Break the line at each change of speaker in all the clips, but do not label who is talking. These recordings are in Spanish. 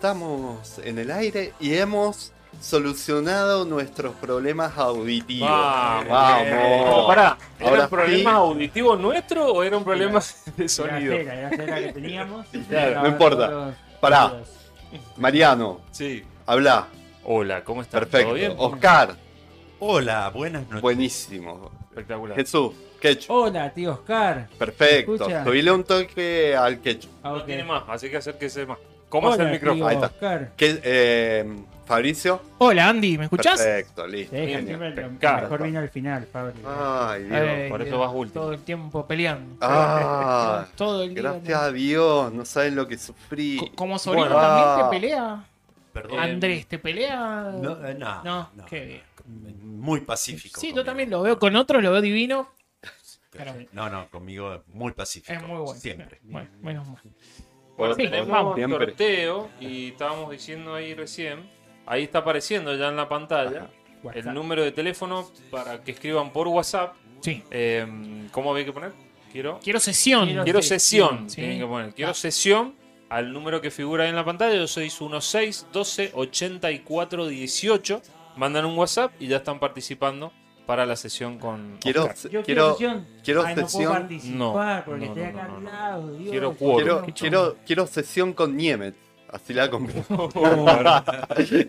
Estamos en el aire y hemos solucionado nuestros problemas auditivos.
Vamos.
Pero
Vamos.
pará, ¿era
Ahora
un problema
sí.
auditivo nuestro o era un problema de
La
sonido?
cera, la cera que teníamos.
Claro, no importa. Pará. Mariano,
Sí.
habla.
Hola, ¿cómo estás?
Perfecto. Oh.
¿Todo bien?
Oscar,
Hola, buenas noches.
buenísimo.
Espectacular.
Jesús, Quechu.
Hola, tío Oscar.
Oh,
Perfecto.
escucha?
Subile un toque al Quechu.
Ah,
No
ok.
tiene más, así que acérquese más. ¿Cómo hace
Hola,
el micrófono?
Ahí
tío
está.
Oscar.
Que- eh, Fabricio.
Hola Andy, ¿me escuchás?
Perfecto, listo.
Te dejan
genial.
siempre lo-
Claro.
mejor vino al final, Fabri.
Ay,
Ay,
Dios.
por eso
Dios,
vas último.
Todo el tiempo peleando.
Ah,
todo el día.
gracias a Dios, no saben lo que sufrí.
Co- Como sobrino
Bueno. ah,
también te pelea.
Perdón.
Andrés, ¿te pelea?
eh, no, eh, no,
Ah, no,
no,
qué bien.
Muy pacífico.
Sí, yo
conmigo.
también lo veo con otros, lo veo divino. Pero-
No, no, conmigo es muy pacífico.
Es muy bueno.
Siempre.
Bueno, menos mal.
Bueno,
Sí,
tenemos
vamos. Siempre.
sorteo y estábamos diciendo ahí recién, ahí está apareciendo ya en la pantalla el
WhatsApp.
número de teléfono para que escriban por WhatsApp.
Sí.
Eh, ¿Cómo había que poner? Quiero,
Quiero sesión.
quiero sesión.
Sí.
tienen que poner. Quiero sesión al número que figura ahí en la pantalla, 2616 12 84 18. Mandan un WhatsApp y ya están participando para la sesión con.
Quiero,
Oscar.
Yo quiero
quiero,
sesión.
quiero
Ay, no puedo
sesión.
participar
No,
porque
no,
estoy
no,
acá
no,
al
no.
lado. Dios.
Quiero
Qué
quórum.
Quiero,
chongo.
quiero, quiero sesión con Niemet. Así la compré.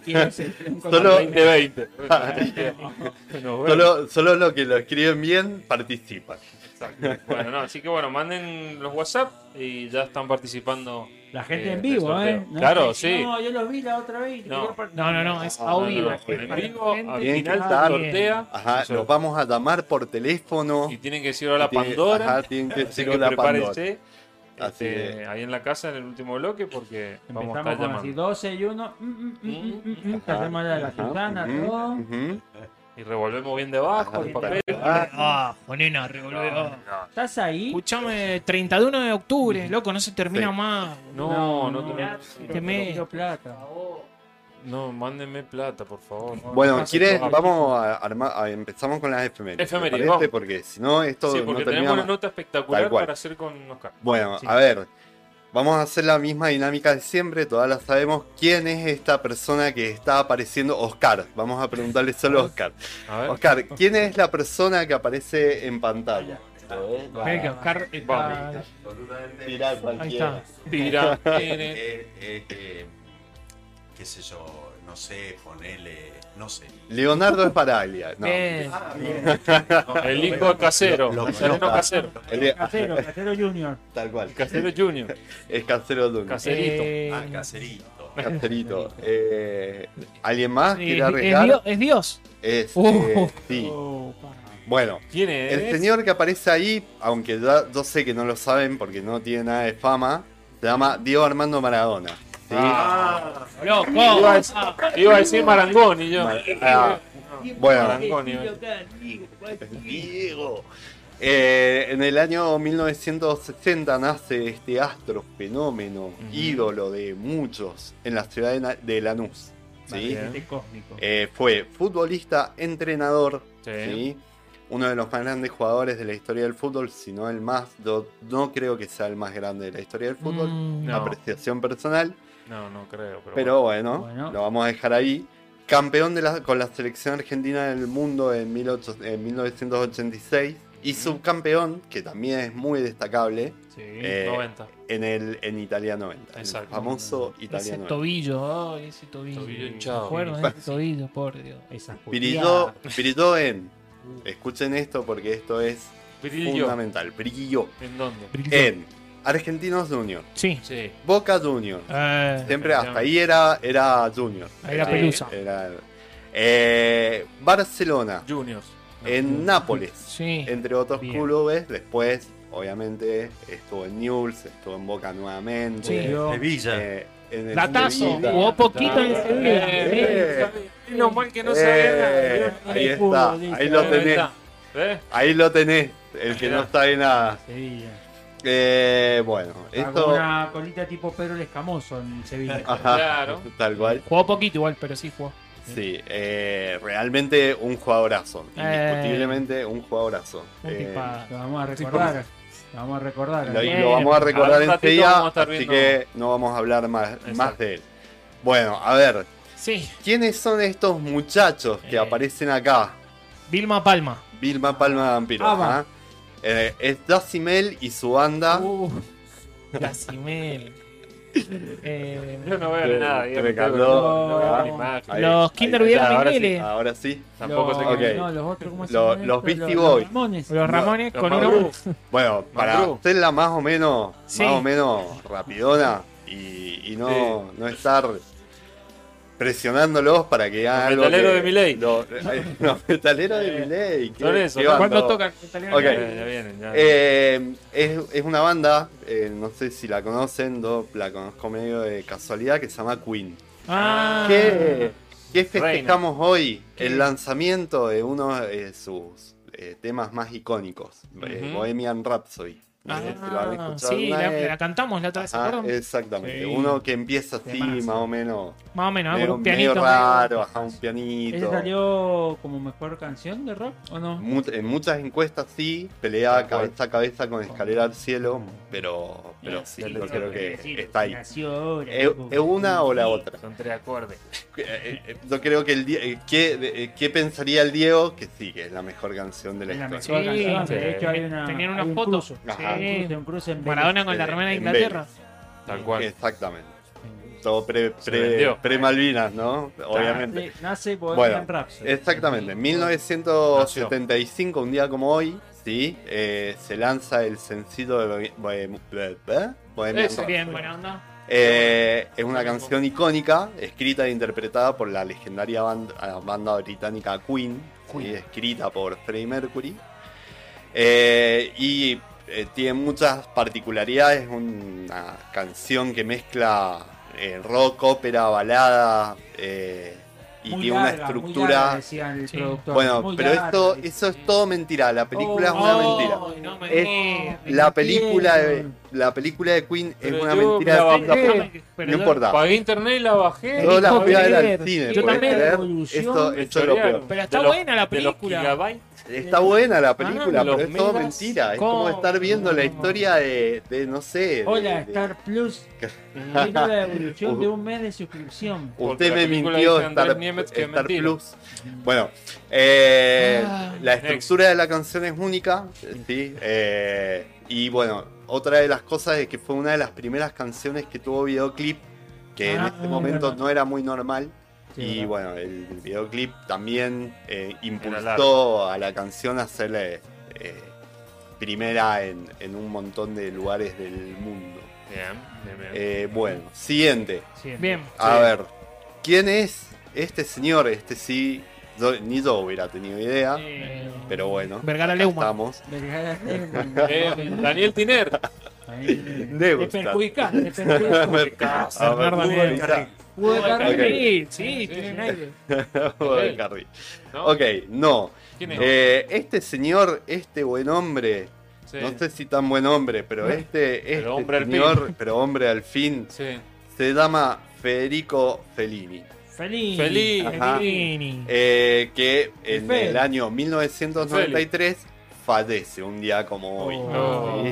Quiero sesión con
Solo-
la reina.
2020. Nos vemos.
Solo, solo los que lo escriben bien participan.
Exacto. Bueno, no, así que bueno, manden los WhatsApp y ya están participando.
La gente
Eh,
en vivo,
del
¿eh?
sorteo. Claro,
es que-
sí.
No, yo los vi la otra vez. y
No.
quiero participar.
No, no, no, es
No,
audio.
no, no,
Ah, En
Para
vivo,
gente
al
Tienen que
final
estar-
sortea.
Ajá,
Eso.
los vamos a llamar por teléfono.
Y tienen que decir ahora
Tiene-
Pandora.
Ajá, tienen que
así
decir
que
hola Pandora.
prepárense
Así
este,
que-
ahí en la casa en el último bloque porque vamos a
Empezamos
estar
con así
llamando.
12 y 1. Mm, mm, mm, mm, mm, mm.
Ajá,
Hacemos la de la
ajá,
Susana,
ujú,
todo.
ujú.
Y revolvemos bien debajo
Ajá,
el papel.
espera.
Ah, ponena, revolveo.
¿Estás ahí?
Escuchame, 31 de octubre, loco, no se termina más.
No, no,
no.
no,
Este mes.
Quiero plata.
no, mándenme plata, por favor.
Bueno,
Pasen
¿quieres?
todo.
Vamos a armar. a- empezamos con las efemérides.
Efemérides,
¿te
vamos.
parece? Porque si no, esto
Sí,
no
porque
termina.
tenemos una
más.
nota espectacular
Tal cual.
para hacer con Oscar.
Bueno,
Sí.
a ver. Vamos a hacer la misma dinámica de siempre. Todas la sabemos. ¿Quién es esta persona que está apareciendo? Oscar. Vamos a preguntarle solo a Oscar.
A ver.
Oscar, ¿quién es la persona que aparece en pantalla?
Mirá que Oscar está-
Vamos.
Mirá
Ahí
cualquiera.
está.
Tira, tiene.
Eh, eh, eh, qué sé yo, no sé, ponele, no sé. Ah,
Leonardo Esparaglia. No.
Eh,
Bien.
El hijo de Casero.
Lo- lo-
Casero
lo-
Casero.
El-
Casero, Casero Junior.
tal cual.
Casero Junior.
Es Casero Dun.
Casero. Caserito.
Eh,
Ah, caserito.
Caserito. Eh, ¿Alguien más
eh,
quiere
es, Dios,
arriesgar?
es Dios.
Es,
Uh.
eh, sí.
Oh, para.
Bueno,
¿Quién es?
el señor que aparece ahí, aunque ya yo sé que no lo saben porque no tiene nada de fama, se llama Diego Armando Maradona. ¿sí?
Ah,
Loco.
iba, a decir, iba a decir Marangoni yo. Eh,
Mar- ah, bueno,
Marangoni.
Diego. Eh, en el año 1960 nace este astro, fenómeno, ídolo de muchos en la ciudad de, Na- de Lanús. ¿sí?
Bien.
Este cósmico.
Eh, fue futbolista, entrenador,
Sí.
¿sí? uno de los más grandes jugadores de la historia del fútbol, si no el más, yo no creo que sea el más grande de la historia del fútbol,
Mm,
no.
apreciación personal,
No, no creo. Pero,
pero bueno,
Bueno.
lo vamos a dejar ahí. Campeón de la- con la selección argentina del mundo en, 18 en 1986 y subcampeón, que también es muy destacable,
Sí,
eh,
90.
en, el, en Italia 90, el
Exacto.
famoso
Ese
Italia 90.
tobillo, ay, ese tobillo.
Tobillo
¿Te
hinchado.
acuerdas de ese tobillo, por Dios.
Esas
Brilló, brilló en... Escuchen esto porque esto es
Brillo.
fundamental. Brilló
¿En dónde?
en Argentinos Junior,
Sí.
Sí.
Boca Junior.
Eh,
Siempre hasta ahí era, era Junior.
Ahí era
Sí,
Pelusa.
era- eh, Barcelona,
Juniors.
en Nápoles,
sí.
entre otros
Bien.
clubes. Después, obviamente, estuvo en Newell's, estuvo en Boca nuevamente.
Sí.
Sevilla.
eh, en el
Latazo.
Sevilla.
Jugó poquito en el
Eh,
Sevilla.
eh, eh, Menos mal que no
Eh,
sabía.
ahí está, ahí lo tenés,
¿Ves?
ahí lo tenés, el que no sabe nada.
Sevilla.
Eh, bueno,
Esto...
esto, Ah.
Una colita tipo Pedro el Escamoso en Sevilla.
Ajá.
Claro.
tal cual.
Jugó poquito igual, pero sí jugó.
Sí, eh, realmente un jugadorazo. Indiscutiblemente un jugadorazo.
Un
Eh,
tipazo.
Lo vamos a recordar. Lo vamos a recordar.
Lo,
Bien.
lo vamos a
Ahora
recordar
un ratito
enseguida,
vamos a estar
así
viendo-
que no vamos a hablar más,
Exacto.
más de él. Bueno, a ver,
Sí,
¿quiénes son estos muchachos que
Eh.
aparecen acá?
Vilma Palma.
Vilma Palma Vampiro.
Ah, va.
ajá. Eh, es Dusty Mel y su banda.
Uh, Gasimel. Eh,
Yo no veo ni
Te-
nada.
te
yo no
recaló,
tengo- no veo
¿verdad?
ni imagen.
Ah. Ahí,
Los
ahí,
Kinder
ahí
vieron
está, ahora sí,
viniles.
Ahora sí.
Tampoco
Los-
sé
qué-
No, los otros, ¿cómo se
Lo-
llaman
los
estos?
Beastie
Los-
Boys.
Los Ramones.
Los Ramones
Los
con
Maduro.
uno.
Bueno, para
Mandru.
hacerla más o menos,
Sí.
más o menos rapidona y, y no,
Sí.
no estar presionándolos para que hagan algo.
metaleros
que-
de Milei.
Lo- eh, Los metaleros de Milei. qué-
Son eso,
qué
¿no?
banda.
Cuando tocan.
Ok.
Ya, ya vienen, ya.
Eh, es, es una banda, eh, no sé si la conocen, no, la conozco medio de casualidad, que se llama Queen.
Ah,
¿Qué, Eh, qué
Reina.
festejamos hoy?
¿Qué?
El lanzamiento de uno de sus eh, temas más icónicos, eh,
Ujú.
Bohemian Rhapsody. No sé si lo han
ah,
escuchado
sí,
alguna
la,
vez.
la cantamos la otra vez, ¿se
Ajá,
acuerdan?
exactamente,
Sí.
uno que empieza así,
Temazo.
más o menos,
Más o menos, ¿no?
medio,
con un
medio
pianito.
raro, ajá, un
¿Ese
pianito.
salió como mejor canción de rock o no?
Mu- en muchas encuestas sí, pelea
Tal cual.
cabeza a cabeza con Escalera al Cielo, pero, pero sí,
ya
yo
lo
creo que
Eh, Sí,
está ahí.
nació ahora,
Es
loco.
es una o la otra.
Son tres acordes.
Eh, eh, Yo creo que el Die- eh, ¿qué, eh, qué pensaría el Diego? Que sí, que es la mejor canción de la
Es la
historia.
mejor
Sí,
canción.
sí.
De hecho, hay una.
Tenían unas
hay un
fotos.
cruce,
Ajá.
un cruce,
Sí.
un cruce en
Maradona con la
Eh,
remera de
en
Inglaterra.
Tal cual.
Exactamente.
Vélez.
Todo pre, pre,
vendió.
pre Malvinas, ¿no? Obviamente.
Nace- Nace Bohemian
Bueno,
Rhapsody.
Exactamente. En 1975, un día como hoy, sí, eh, se lanza el sencillo de ¿eh? Bohem- Bohem- Bohem- Bohemian
Ese,
Rhapsody.
Bien, buena onda.
Eh, es una canción icónica, escrita e interpretada por la legendaria band- ah, banda, británica Queen, ¿sí? escrita por Freddie Mercury. Eh, y eh, tiene muchas particularidades, es una canción que mezcla eh, rock, ópera, balada, eh, y
Muy
tiene
larga,
una
muy
estructura...
larga, decía el
Sí.
productor.
bueno,
Muy
pero
larga,
esto,
dice.
eso es todo mentira, la película es una
Oh,
mentira.
no me
Es
digas.
La película, de, la película de Queen
Pero
es una
yo
mentira.
la
de
bajé.
punta a
Pero
punta.
yo-
No importa.
Pagué internet y la bajé.
Yo la
Dijo
fui a ver
Fred.
al cine,
Yo
¿podés
también.
creer?
Evolución.
Esto, esto es lo peor.
Historiaron.
Pero está
De los-
buena la
de los
película.
gigabytes.
Está buena la película,
Ah,
pero
los
es todo
megas,
mentira. Es como
¿cómo?
estar viendo la historia de, de, no sé. de-
Hola,
de-
Star Plus. Vino la evolución de un mes de suscripción.
Porque
Usted
la
me
película
mintió,
dice Andrés
Star,
Niemetz que es
Star
mentira.
Plus. Bueno, eh,
Ah.
la estructura de la canción es única, ¿sí? Eh, y bueno, otra de las cosas es que fue una de las primeras canciones que tuvo videoclip, que en
Ah,
este momento
verdad.
no era muy normal.
Sí,
y
¿verdad?
bueno, el videoclip también eh, impulsó
largo.
a la canción a hacerle eh, primera en, en un montón de lugares del mundo.
Bien, bien, bien.
Eh, bueno, siguiente.
Sí.
Bien.
A
Sí.
ver, ¿quién es este señor? Este sí, yo- ni yo hubiera tenido idea,
Eh,
pero bueno,
Vergara
Ah, acá
Leuma.
estamos.
Eh, Daniel Tiner.
Le
Te
gusta.
perjudicás, te perjudicás.
A ver,
Bernardo
Hugo de
Nieves.
Carril.
Hugo de Carril.
Sí, sí, tiene aire.
Hugo de Carril.
¿no?
Ok, no.
¿Quién es?
Eh, este señor, este buen hombre,
Sí,
No sé si tan buen hombre, pero este, este
Pero hombre al
señor, pero hombre al fin,
sí.
se llama Federico Fellini,
Feliz.
Feliz.
Ajá.
Fellini.
eh, que en
Feli.
el año 1993 fallece un día como hoy.
Oh.
Sí,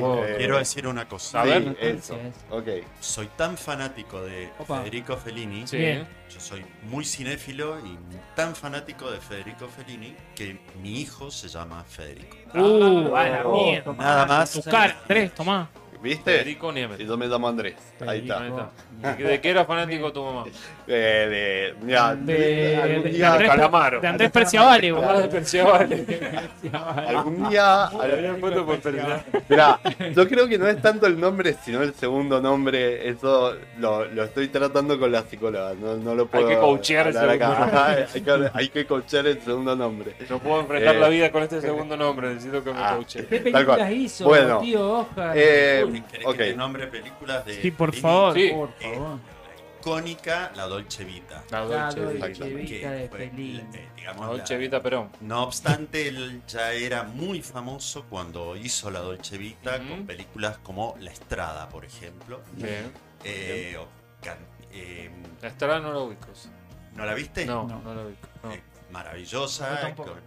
Oh.
eh,
Quiero decir una cosa.
A
sí,
ver.
eso. Ok.
Soy tan fanático de
Opa.
Federico Fellini.
oh. Sí.
Bien.
Yo soy muy cinéfilo y tan fanático de Federico Fellini que mi hijo se llama Federico.
Eh,
Uh,
Ah,
a la
no.
Oh.
mierda.
Nada más.
Tu cara, Andrés, tomá.
¿Viste?
Federico Nieves.
Y yo me llamo Andrés. Ahí está.
Ahí está. ¿De qué era fanático tu mamá?
Eh, de, mira,
De-
algún
de-
día-
Andrés-
Calamaro.
De Andrés Preciavale,
Mamá de
boludo.
Perciabale.
algún día,
Le habían puesto por Perciabale.
Mirá, yo creo que no es tanto el nombre, sino el segundo nombre. Eso lo, lo estoy tratando con la psicóloga. No, no lo puedo.
que coachear el
hablar acá.
segundo
Ajá, hay, que, hay que coachear el segundo nombre.
No puedo enfrentar
Eh.
la vida con este segundo nombre, necesito que me
Ah.
coache.
¿Qué
Tal
películas
cual.
hizo,
Bueno.
tío Oscar?
Eh,
¿Querés
ok,
que te nombre películas de
Sí, por
Fellini?
favor.
Sí.
Por favor.
Icónica, La Dolce Vita.
La
La
Dolce Vita.
Dolce
Exactamente.
Vita de
Que fue,
Fellini.
eh,
La
digamos, la-
Dolce Vita Perón.
No obstante, él ya era muy famoso cuando hizo la Dolce Vita
Ujú.
con películas como La Estrada, por ejemplo.
Bien.
Eh, o can- eh,
La Estrada no la ubico.
¿No la viste?
No,
No.
no la ubico. no.
Eh, maravillosa.
Yo tampoco.
con,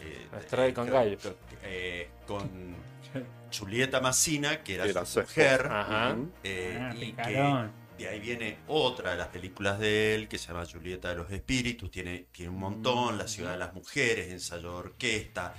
eh,
La Estrada y
con-
Cangallo.
con- eh, con Julieta Massina, que era,
Era
su
su
mujer,
Ajá.
Ujú.
eh,
Ah,
y que
picarón.
de ahí viene otra de las películas de él, que se llama Julieta de los Espíritus, tiene, tiene un montón, La Ciudad de las Mujeres, Ensayo de Orquesta,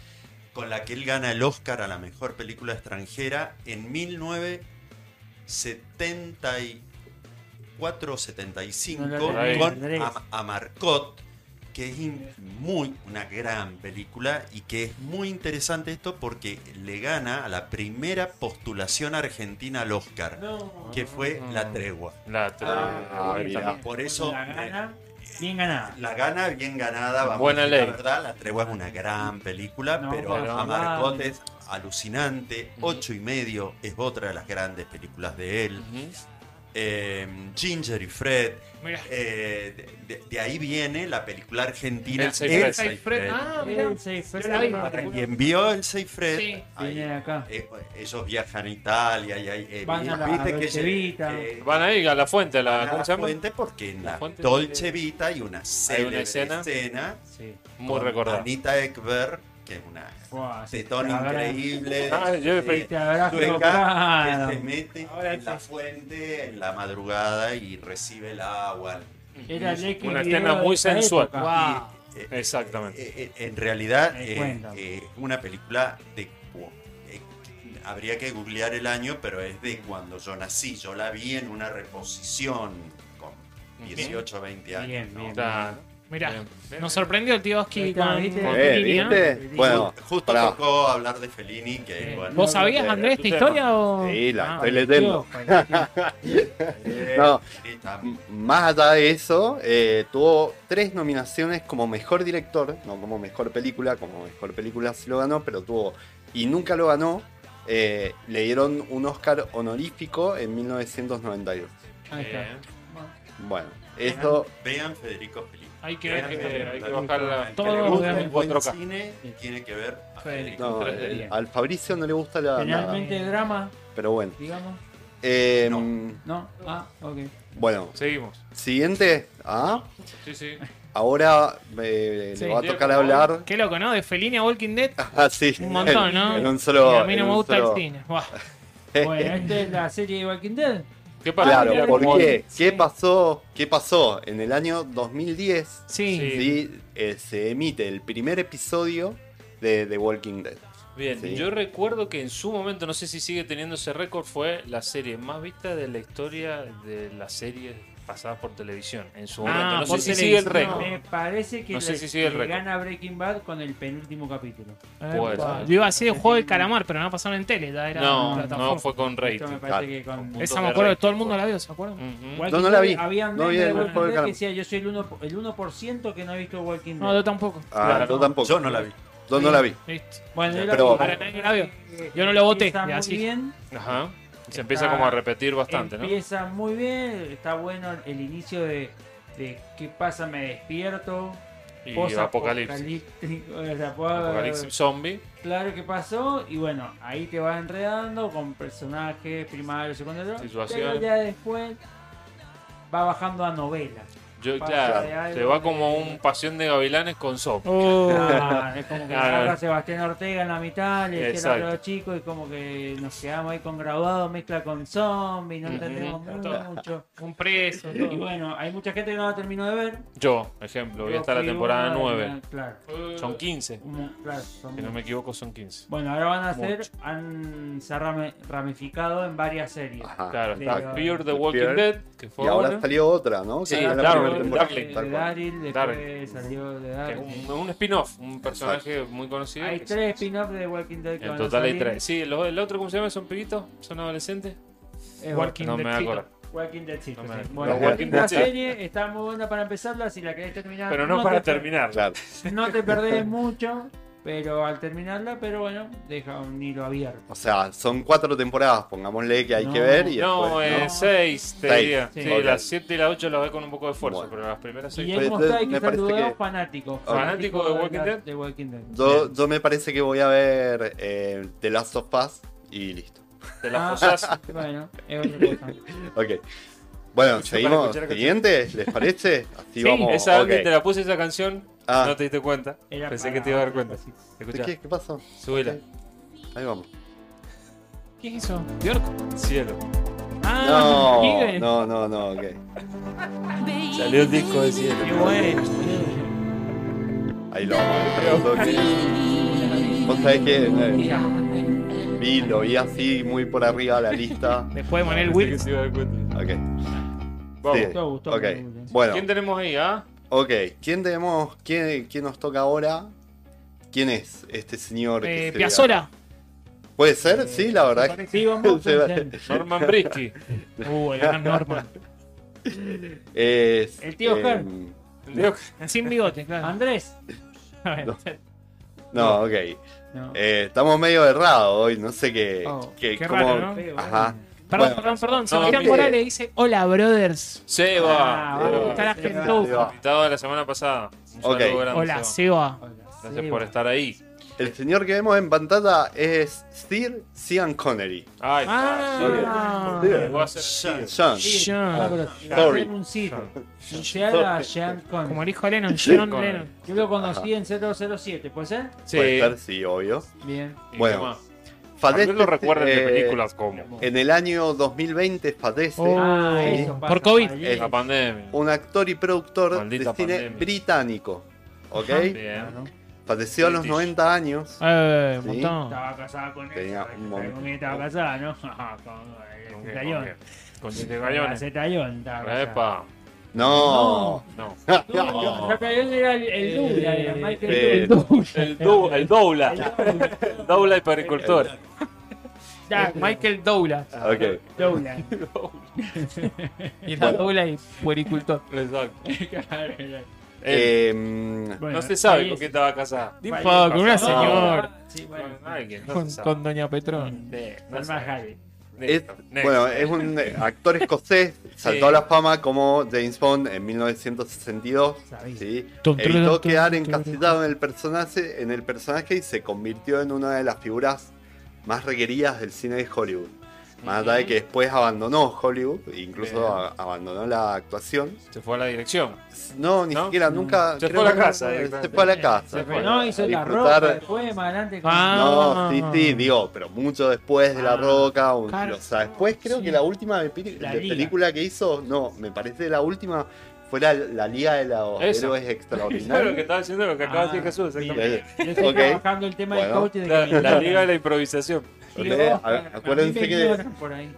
con la que él gana el Oscar a la Mejor Película Extranjera en 1974-75
No lo
leí,
con
Andrés.
Am- Amarcot, que es in- muy una gran película y que es muy interesante esto porque le gana a la primera postulación argentina al Oscar,
No.
que fue La Tregua.
La
Ah,
otra.
mira.
Por eso
La
eh,
gana, bien ganada.
la gana bien ganada, vamos
Buena
a decir
ley.
la verdad, La Tregua es una gran película,
No,
pero
pero
Amarcot
vale.
es alucinante, ocho y medio es otra de las grandes películas de él.
Ujú.
Eh, Ginger y Fred,
Mirá.
eh, de, de- de ahí viene la película argentina
Elsa y Fred.
Elsa y Fred.
Ah, mirá.
Bien, sí, fue
Yo la vi.
salvada.
Quien vio Elsa y Fred,
Sí.
ahí,
Viene acá.
eh, ellos viajan a Italia y ahí, eh,
Van a la Dolce Vita.
que-
Van ahí a la fuente, a
van a
la, ¿cómo se llama?
eh, fuente porque en
La
la,
fuente
Dolce
de-
Vita hay una, célebre
escena.
escena
Sí.
Muy
con
recordada.
Anita Ekberg, que es una
Buah, sí,
tetona
te habrá-
increíble.
Ah, yo le
eh,
pedí-
Te habrás
sueca, este
tocado.
que se mete
Ahora
en la
sí.
fuente en la madrugada y recibe el agua.
Era el X
Una
video
escena
de
muy
esa
sensual.
época.
Guau.
Eh, eh,
Exactamente.
eh, eh, en realidad
Ah. Me
eh,
cuentan.
eh, una película de cu- eh, habría que googlear el año pero es de cuando yo nací yo la vi en una reposición con 18 o 20 años
Bien, bien.
Claro.
Mirá,
Bien, bien.
nos sorprendió el tío Oski
Ahí está,
con,
¿viste?
con
Eh,
Eh,
Fellini, ¿no?
¿viste? Bueno,
justo
pará.
tocó hablar de Fellini que bueno
¿Vos sabías,
Eh,
Andrés, esta
tu
historia o...?
Sí, la
Ah,
estoy leyendo.
eh,
No.
está-
M- Más allá de eso, eh, tuvo tres nominaciones como mejor director, no como mejor película, como mejor película sí lo ganó, pero tuvo. Y nunca lo ganó. eh, le dieron un Oscar honorífico en 1992.
Ahí está.
Eh.
Bien.
Bueno, esto.
vean Federico Fellini
Hay que
Hay
ver.
Vean
que-
Federico
hay que
Fellini.
bajarla.
El
Todo
que le
lo
gusta
vean
el
en
buen
4K.
cine tiene que ver a Federico
no,
tres
eh,
días.
al Fabricio no le gusta la. nada,
Generalmente drama,
pero bueno.
digamos.
Eh,
No. Ah, ok.
Eh.
Bueno,
Seguimos.
siguiente. Ah,
Sí, sí.
ahora eh,
Sí.
le va a
Diego,
tocar
por favor.
hablar.
Qué loco, ¿no? De Fellini a Walking Dead.
Ah, sí,
Un montón, ¿no?
En un solo.
Y a mí no
en
me
un
gusta
solo-
el cine. Buah.
Bueno, esta es la serie de Walking Dead.
¿Qué pasa?
Claro,
Mira,
¿por
como-
qué? ¿Qué
Sí.
pasó? ¿Qué pasó? En el año 2010
Sí.
sí, eh, se emite el primer episodio de The Walking Dead.
Bien,
Sí.
yo recuerdo que en su momento, no sé si sigue teniendo ese récord, fue la serie más vista de la historia de las series pasadas por televisión. En su
Ah,
momento, no sé
por
si sigue el
televisión.
récord.
Me parece que
No sé
le-
si sigue el
le
récord.
gana Breaking Bad con el penúltimo capítulo.
Puede
Epa.
ser.
Yo iba a decir el juego del calamar, pero no pasaron en tele. Ya era
No,
plataforma.
no, fue con Rey.
Esto me
claro.
parece que con...
Puntos
Esa me
de
acuerdo que
rating.
todo el mundo la vio, ¿se acuerdan? Walking
No, no la
Dead-
vi.
Había un
No vi
meme de
el
Walking
juego del
Dead que
calamar.
decía, yo soy el 1%, el 1 que no ha visto Walking Dead.
No, yo tampoco.
Ah,
Claro.
yo tampoco.
yo no la vi
Yo no la vi.
Listo.
Bueno, yo
Pero-
vi.
Ahora nadie la vio. Yo no lo voté,
eh, Empieza muy
así.
bien,
Ajá. Se
Está-
empieza como a repetir bastante, ¿no?
empieza muy bien, está bueno el inicio de, de qué pasa, me despierto.
Y Apocalipsis.
post-apocalíptico, o sea, puedo-
Apocalipsis zombie.
Claro que pasó y bueno, ahí te vas enredando con personajes primarios, secundarios.
Situaciones.
Pero ya después va bajando a novela.
Yo,
Pasa de
claro,
algo
se va
de-
como un pasión de gavilanes con zombie.
Oh.
Ah, es como que
Claro.
agarra a Sebastián Ortega en la mitad, le dice
Exacto.
a los chicos y como que nos quedamos ahí con graduados, mezcla con zombies, no
Ujú.
entendemos mucho.
Un preso.
Y
todo.
bueno, hay mucha gente que no la terminó de ver.
Yo, ejemplo, voy
Yo
hasta la
fui
temporada
uno de-
9.
Claro,
Son 15.
Uno- claro, son
Si no me equivoco, son 15.
Bueno, ahora van a hacer,
Mucho.
han, se ha rame- ramificado en varias series.
Ajá.
Claro,
de
está
la-
Fear the
de
Walking
Ah, Fear.
Dead, que fue
Y ahora
una,
salió otra, ¿no?
Sí,
Que era la
claro,
primera temporada.
el Darling.
de
Tal cual.
Daryl, después
Darryl.
salió de
que es
Daryl.
un, un spin-off, un personaje muy conocido.
Hay
que-
tres spin-offs de Walking Dead que
En
van a
total hay
salir.
tres. Sí, lo- el otro, ¿cómo se llama? ¿Son pibitos? ¿Son adolescentes?
Es
Walking
no me
Dead.
acuerdo.
Walking Dead sí,
No
sí.
me acuerdo.
Bueno,
Los Walking
la
Dead, sí.
serie está muy buena para empezarla si la querés terminar.
Pero Ah, no, para
te-
terminar.
Claro.
No te perdés mucho, pero al terminarla, pero bueno, deja un hilo abierto.
O sea, son cuatro temporadas, pongámosle que hay que
No.
ver. Y
No,
después,
¿no?
eh, seis, te
Seis,
diría.
sí.
Sí,
Ok.
las 7 y las 8 las ve con un poco de esfuerzo,
Bueno.
pero las primeras seis.
Pero
Guillermo
entonces,
Stay, que
me parece
saludó,
que-
fanático.
¿Fanático de Walking
la-
Dead?
de Walking Dead.
Yo, yo me parece que voy a ver eh, The Last of Us y listo.
Te
Ah.
las posás.
Bueno, es otra cosa.
Ok. Bueno,
Escucha
seguimos.
para escuchar, escucha.
Siguiente, ¿les parece? Así
Sí,
vamos.
Esa
Oh, ok.
Andy, te la puse esa canción,
Ah.
no te diste cuenta.
Era
Pensé
para-
que te iba a dar cuenta.
Sí.
Escuchá,
¿Qué, ¿Qué pasó?
subila.
Ahí vamos.
¿Qué es eso? ¿Bjork?
Cielo.
Ah,
No,
Miguel.
no, no, no, ok.
Salió el disco de
Qué
cielo.
bueno.
Ahí lo vamos a dejar un toque. Vos sabés que eh,
Mira,
vi, lo vi así muy por arriba la lista.
Después de poner
Pensé que
Will.
se iba a dar cuenta.
Ok,
Vamos.
sí.
Gustavo, Gustavo.
ok.
¿Quién
Bueno,
tenemos ahí, ah?
ok. ¿Quién tenemos? ¿Quién, quién nos toca ahora? ¿Quién es este señor? que
Eh,
se ve acá?
Piazzola.
¿Puede ser? Sí, la verdad. que-
Sí, vamos.
Se va-
Norman Brisky.
Uh, el gran Norman.
Es,
El tío Her.
em,
Tendría que-
Sin bigote, claro.
Andrés.
A ver,
No. No, ok.
No.
Eh, estamos medio errados hoy, no sé qué.
Oh,
qué-
qué
cómo-
raro, ¿no?
Ajá.
Perdón,
Bueno.
perdón, perdón.
No,
Sebastián
mire.
Morales dice: Hola, brothers.
Seba.
Ah,
vamos,
Seba.
Está la
Seba.
gentuza.
Invitado de la semana pasada. Un
Ok.
saludo grande,
Hola,
Seba.
Seba.
Gracias por estar ahí.
El señor que vemos en pantalla es Sir Sean Connery.
Ay,
Ah,
Sí.
Voy a hacer-
Sean.
Sean.
Sorry.
Un circo. Anunciar a Sean
Como
Connery.
el hijo de Lennon, John
Con-
Lennon.
Yo lo conocí en 007, ¿puede ser?
Sí.
Puede ser, sí, obvio.
Bien.
¿Y qué
Bueno.
más?
Fallece,
También lo recuerden de
eh,
películas como
En el año 2020 fallece
Oh.
Ah, eso pasa,
Por COVID.
fallé.
Eh,
La pandemia.
un actor y productor
Maldita
de cine
pandemia.
británico. ¿Ok?
Bien.
Claro.
Falleció a los
British.
90 años.
Eh, un
Sí.
montón.
Estaba casada con él.
Tenía
¿sabes?
un montón.
Con quién estaba casada, ¿no? Ajá, con
Con
el
que-
Gallón.
Con que- con
Con el
gallones.
Acetallón estaba casada.
Epa.
No.
No.
No, el Acetallón era el, el Dula, era Michael
Eh,
Dula.
El, du- el doula. El doula y pericultor.
Ya, Michael Douglas.
ok.
Dula.
Y la Douglas y puericultor.
Exacto.
Claro, era-
Eh, mm,
bueno,
No se sabe
ahí
con
es-
quién estaba casada.
Dipa, con una
No,
señora.
Sí, bueno.
Con alguien, no
Con,
se sabe.
con Doña Petrón.
Sí, no
Norma
sé.
Harry.
es-
Next, next.
bueno, es un eh, actor escocés, saltó a la fama como James Bond en 1962.
Sabía.
¿sí?
Tum, tru,
Evitó
tum, tum,
quedar
tum,
encasillado en el, personaje, en el personaje y se convirtió en una de las figuras más requeridas del cine de Hollywood. Más allá de que después abandonó Hollywood, incluso
Bien.
a- abandonó la actuación.
Se fue a la dirección.
No, ni
¿No?
siquiera, nunca.
Se
creo
fue a la
que- eh,
casa,
Se
directamente.
fue a la casa.
Se
Se fue.
frenó, hizo la
Disfrutar-
ropa, después más adelante. con-
Ah.
No, sí, sí, digo, pero mucho después de La
Ah,
Roca. un-
claro.
o sea, después creo
Sí.
que la última de peli-
La
de
Liga.
película que hizo, no, me parece la última, fue la, la Liga de los Héroes
Esa. Claro lo que
Extraordinarios.
estaba haciendo lo que acaba de decir
Ah,
Jesús. exactamente.
Eh,
Yo estoy
Ok.
trabajando el tema
Bueno.
del coaching.
La, la liga de la improvisación.
Ustedes, a- acuérdense que.
Por ahí.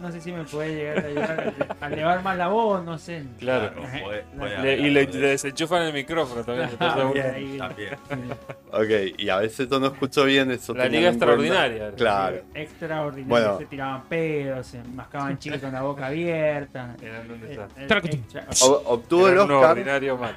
No sé si me puede llegar a ayudar a elevar más la voz, no sé.
Ah,
Claro.
Puede- puede
Le- y le,
hablar de-
le desenchufan el micrófono también.
Ah,
entonces,
bien.
También, también.
Ok, y a veces yo no escucho bien eso.
La
tengan
Liga
en cuenta.
Extraordinaria.
Claro.
Extraordinario.
Bueno.
Se tiraban pedos, se mascaban chicos con la boca abierta.
Eran un
Eh,
desastre.
eh,
Tracutum.
extra-
O- obtuvo el
Eran un
Oscar.
ordinario mal.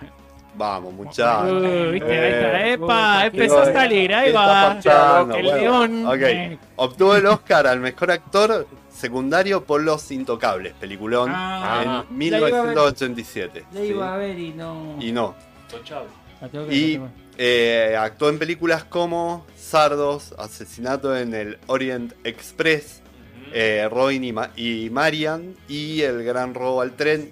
Vamos, muchachos.
Uh, ¿viste? Ahí está.
Ah. Eh,
Epa,
eh,
empezó a salir. Ahí
Está
va.
pasando,
El
bueno.
león.
Ok. Obtuvo el Oscar al mejor actor secundario por Los Intocables, peliculón,
Ah,
en
la iba a ver.
1987.
La
¿sí?
iba a ver y no.
Y no.
Ah,
La tengo que
Y
ver.
eh, actuó en películas como Sardos, Asesinato en el Orient Express, eh, Robin y, Ma- y Marian, y El Gran Robo al Tren,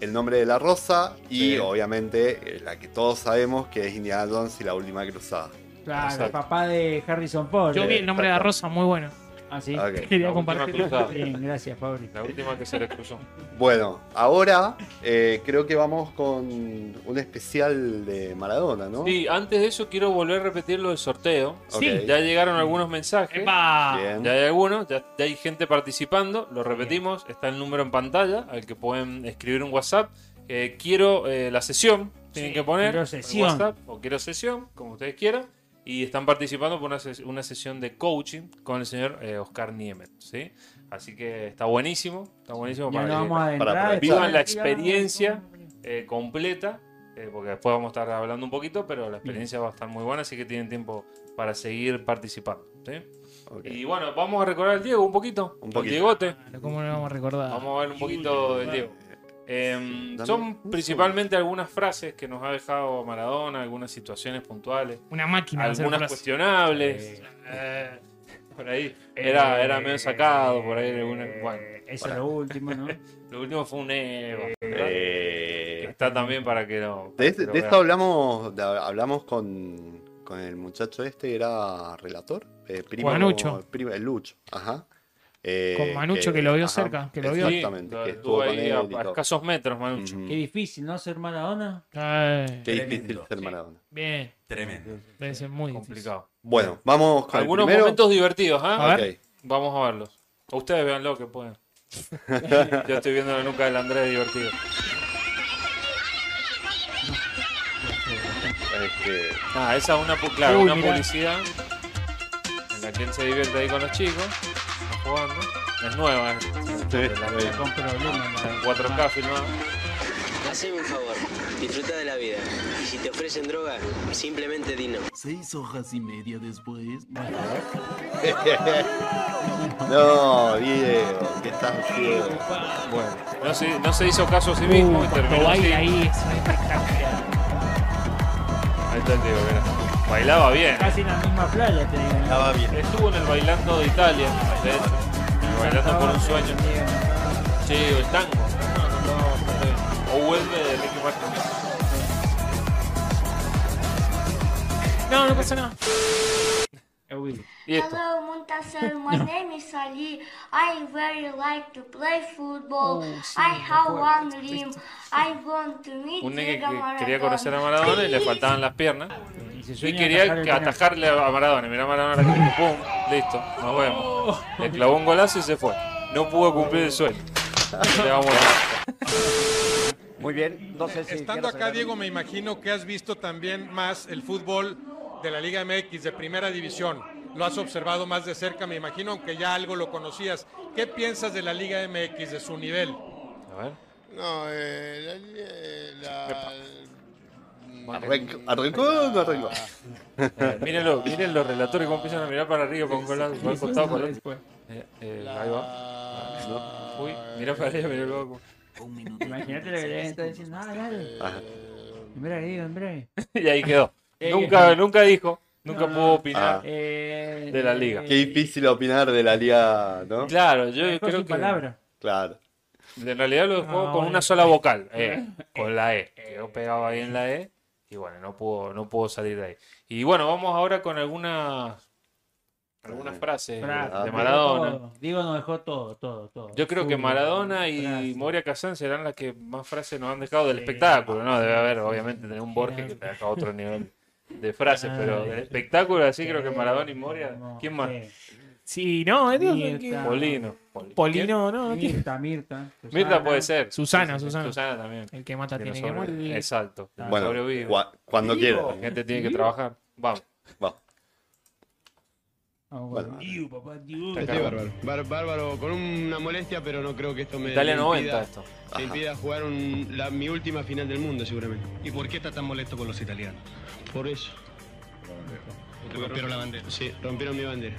El Nombre de la Rosa, y
Sí.
obviamente eh, la que todos sabemos que es Indiana Jones y la Última Cruzada.
Claro, el
Exacto.
papá de Harrison Ford. eh,
Yo vi el nombre de la rosa, muy bueno.
Ah, sí.
Ok.
Quería
La última,
compartirlo.
cruzada.
Bien, gracias, Fabri.
La última que se le cruzó.
Bueno, ahora eh, creo que vamos con un especial de Maradona, ¿no?
Sí, antes de eso quiero volver a repetir lo del sorteo.
Ok,
sí,
Ya llegaron algunos mensajes.
Epa.
bien.
Ya hay algunos, ya, ya hay gente participando, lo repetimos, está el número en pantalla al que pueden escribir un WhatsApp. Eh, quiero eh, la sesión, tienen
Sí,
que poner
quiero
el
sesión.
WhatsApp o quiero sesión, como ustedes quieran. Y están participando por una, ses- una sesión de coaching con el señor eh, Oscar Niemet, ¿sí? Así que está buenísimo, está buenísimo
Ya
para
nos
que
vamos a adentrar.
para-
después
vivan la
nos tiran-
experiencia. eh, completa, eh, porque después vamos a estar hablando un poquito, pero la experiencia va a estar muy buena, así que tienen tiempo para seguir participando, ¿sí?
ok.
Y bueno, vamos a recordar al Diego un poquito.
Un
al
poquito.
Diegote.
¿Cómo no lo vamos a recordar?
Vamos a ver un poquito del Diego. Em,
Dame un
son
segundo.
principalmente algunas frases que nos ha dejado Maradona, algunas situaciones puntuales,
Una máquina. de hacer
algunas
frases.
cuestionables. Eh, por ahí era, era medio sacado, por ahí alguna- bueno.
Eh, Eso es lo último, ¿no?
Mm.
Lo último fue un Eva. ¿verdad?
Eh,
Está también para que no.
de
para que
de
lo
esto
vean.
hablamos, de- hablamos con, con con el muchacho este era relator. Eh, primo-
Manucho.
primo- el Lucho, ajá. Eh,
Con Manucho, que lo vio cerca, que lo vio.
Exactamente,
Sí,
que
estuvo
estuvo con
ahí
él
a,
y
a
todo.
escasos metros, Manucho.
Ujú.
Qué difícil, ¿no? Ser Maradona.
Eh,
Ay,
Qué
Tremendo.
difícil ser Maradona.
bien,
Tremendo.
debe ser muy complicado.
Complicado.
Bueno, vamos con el
Algunos
primero.
momentos divertidos, ¿ah?
A ver.
Ok.
Vamos a verlos. Ustedes vean lo que pueden. Yo estoy viendo la nuca del Andrés divertido.
Este,
Ah, esa es una, pu- claro,
Uy,
una
mirá.
publicidad en la que él se divierte ahí con los chicos, está jugando. Es nueva, es
Está Con problemas.
en
Maradona.
4K filmada.
Haceme un favor, disfruta de la vida. Y si te ofrecen droga, simplemente di no.
Seis hojas y media después.
No, Diego, que estás haciendo?
Bueno, no se, no se hizo caso a sí mismo y
Uh, cuando
terminó así.
baila ahí, es espectacular.
Ahí está el Diego, mirá. Bailaba bien.
Casi en la misma playa te digo.
Estaba bien.
Estuvo en el bailando de Italia, de hecho. en el bailando por un sueño. Sí, o el tango. No, no, no, está bien. O vuelve de Ricky Martin.
No, no pasa nada.
Eh, Willy.
Y esto.
Hello, Muntasser. My name is Ali. I very like to play football.
Oh,
I have one dream. I want to meet
Un nene
Diego
que quería
Maradona.
conocer a Maradona y le faltaban las piernas.
Y se
Y
sueña atajar
quería
el
que
penal.
atajarle a Maradona. Mirá a Maradona. que- Pum, listo, nos vemos. Le clavó un golazo y se fue. No pudo cumplir el sueño. Le vamos a-
Muy bien, no sé si.
Estando acá, Diego, me imagino que has visto también más el fútbol de la Liga MX, de primera división. Lo has observado más de cerca, me imagino, aunque ya algo lo conocías. ¿Qué piensas de la Liga MX, de su nivel?
A ver.
No, eh, la,
Arrancó, arrancó, no arrancó.
Eh, mírenlo, miren los relatores cómo empiezan a mirar para arriba con golazo, con el costado, con el-
Después.
Eh, eh, ahí va. Uy, mirá para arriba, mirá luego.
Imagínate lo que le está diciendo. Ah, dale.
Ajá.
En breve, Diego, en breve.
Y ahí quedó.
Eh,
Nunca, nunca dijo, nunca
no,
pudo
no.
opinar.
Ah.
Eh,
De la liga.
Qué difícil opinar de la liga, ¿no?
Claro, yo
Mejor
creo
sin
que.
palabra.
Claro.
En realidad lo
No,
dejó con una
Ah, bueno.
sola vocal, eh, con la E. Quedó pegado ahí en la E y bueno, no pudo, no pudo salir de ahí. Y bueno, vamos ahora con algunas, algunas frases
Frases,
ah, de
dejó
Maradona.
Todo. Diego nos dejó todo, todo, todo.
Yo creo que
Fútbol,
Maradona y
frases.
Moria Kazan serán las que más frases nos han dejado del
Sí.
espectáculo, ¿no? Debe haber, obviamente, tener un Borges que te deja otro nivel de frases, pero del espectáculo así creo que Maradona y Moria.
No,
¿Quién más?
eh,
Sí, no, es Dios,
Mirta.
que-
Polino.
Polino,
Oh,
no, que-
Mirta, Mirta.
¿Quién? Mirta puede ser.
Susana,
Sí, sí,
Susana.
Susana también.
El que mata
Que no
tiene que
sobre-
morir.
Exacto.
Bueno,
Sobrevive.
cua- cuando
La
quieras.
gente tiene que trabajar. Vamos.
Vamos.
Ah, bueno.
Bueno.
Diu, papá, Diu.
Está acá.
bárbaro. Bár- bárbaro, con una molestia, pero no creo que esto me,
Italia
me
90
impida,
esto.
me
Ajá.
impida jugar un- la- mi última final del mundo, seguramente. ¿Y por qué está tan molesto con los italianos? Por eso. Porque rompieron la bandera. Oh, Sí, rompieron mi bandera.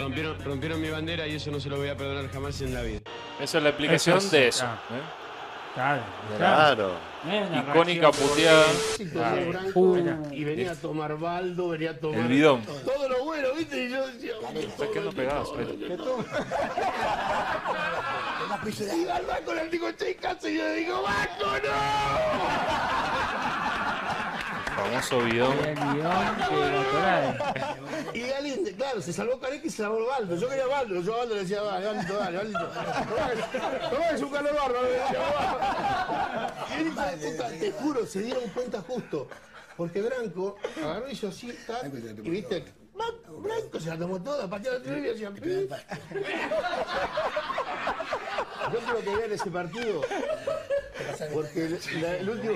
Rompieron, rompieron mi bandera y eso no se lo voy a perdonar jamás en la vida.
Esa es la explicación
Eso es-
de eso.
ah.
¿eh?
Claro, claro.
Claro.
No es una
Icónica
reacción,
puteada.
Claro.
Mira,
Ah. Uh. venía a tomar baldo, venía a
El bidón.
todo lo bueno, ¿viste? Y yo decía,
Está quedando pegado. espera.
iba al banco, le digo, che, casa, y yo le digo, ¡Banco, no!
Famoso bidón.
el guión que la trae.
Y Galindo, claro, se salvó Careca y se salvó Baldo. Yo quería Baldo, yo a Baldo le decía, dale, Baldo, dale, Baldo. No, es un calor bárbaro, le decía, "Va". Y el hijo de puta, te juro, se dieron cuenta justo. Porque Branco agarró y hizo así, tac, y viste, Blan- Branco se la tomó toda, pateó la tribuna y hacía... "Pi". Yo creo que ver ese partido. Porque el, la- el último.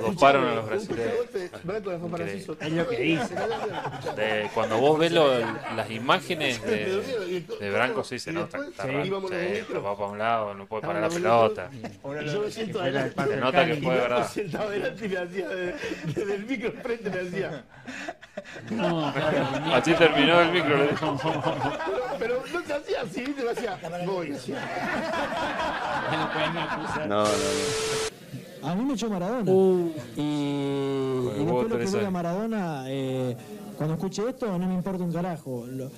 Doparon a los
Un
brasileños.
golpe, Branco la fue para
Increíble.
Siso.
Es lo que dice.
De- cuando vos ves lo- las imágenes
Me dolieron, y
de,
esto-
de Branco, sí se
y
nota. que
después
Está
sí,
raro.
íbamos los
Sí,
metros.
va para un lado, no puede parar la
Estábamos los
pelota.
Y yo me siento
Era el
adelante.
pato
Se
del
nota que
Cali.
fue de
Me
verdad.
sentaba adelante y me hacía de- desde el micro frente me hacía.
No, claro, ni-
Así terminó el micro. le dijo.
Pero, pero no te hacía así, te lo hacía. Voy, hacía.
no pueden acusar.
No, no, no.
A mí me echó Maradona.
Uh.
Y, y
hubo
después lo que
tres
veo a
años.
Maradona, eh, cuando escuche esto, no me importa un carajo. Lo,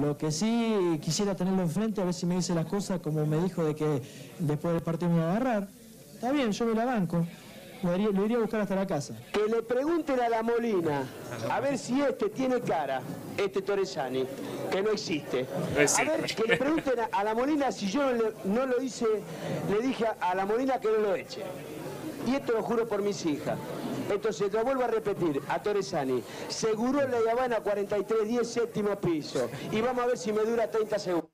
lo que sí quisiera tenerlo enfrente, a ver si me dice las cosas como me dijo de que después del partido me iba a agarrar. Está bien, yo me la banco.
Lo iría, lo iría a buscar hasta la casa.
Que le pregunten a la Molina, a ver si este tiene cara, este Torresani, que no existe. A ver, que le pregunten a, a la Molina si yo no, le- no lo hice, le dije a, a la Molina que no lo eche. Y esto lo juro por mis hijas. Entonces, lo vuelvo a repetir, a Torresani, seguro La Habana 4310, séptimo piso. Y vamos a ver si me dura 30 segundos.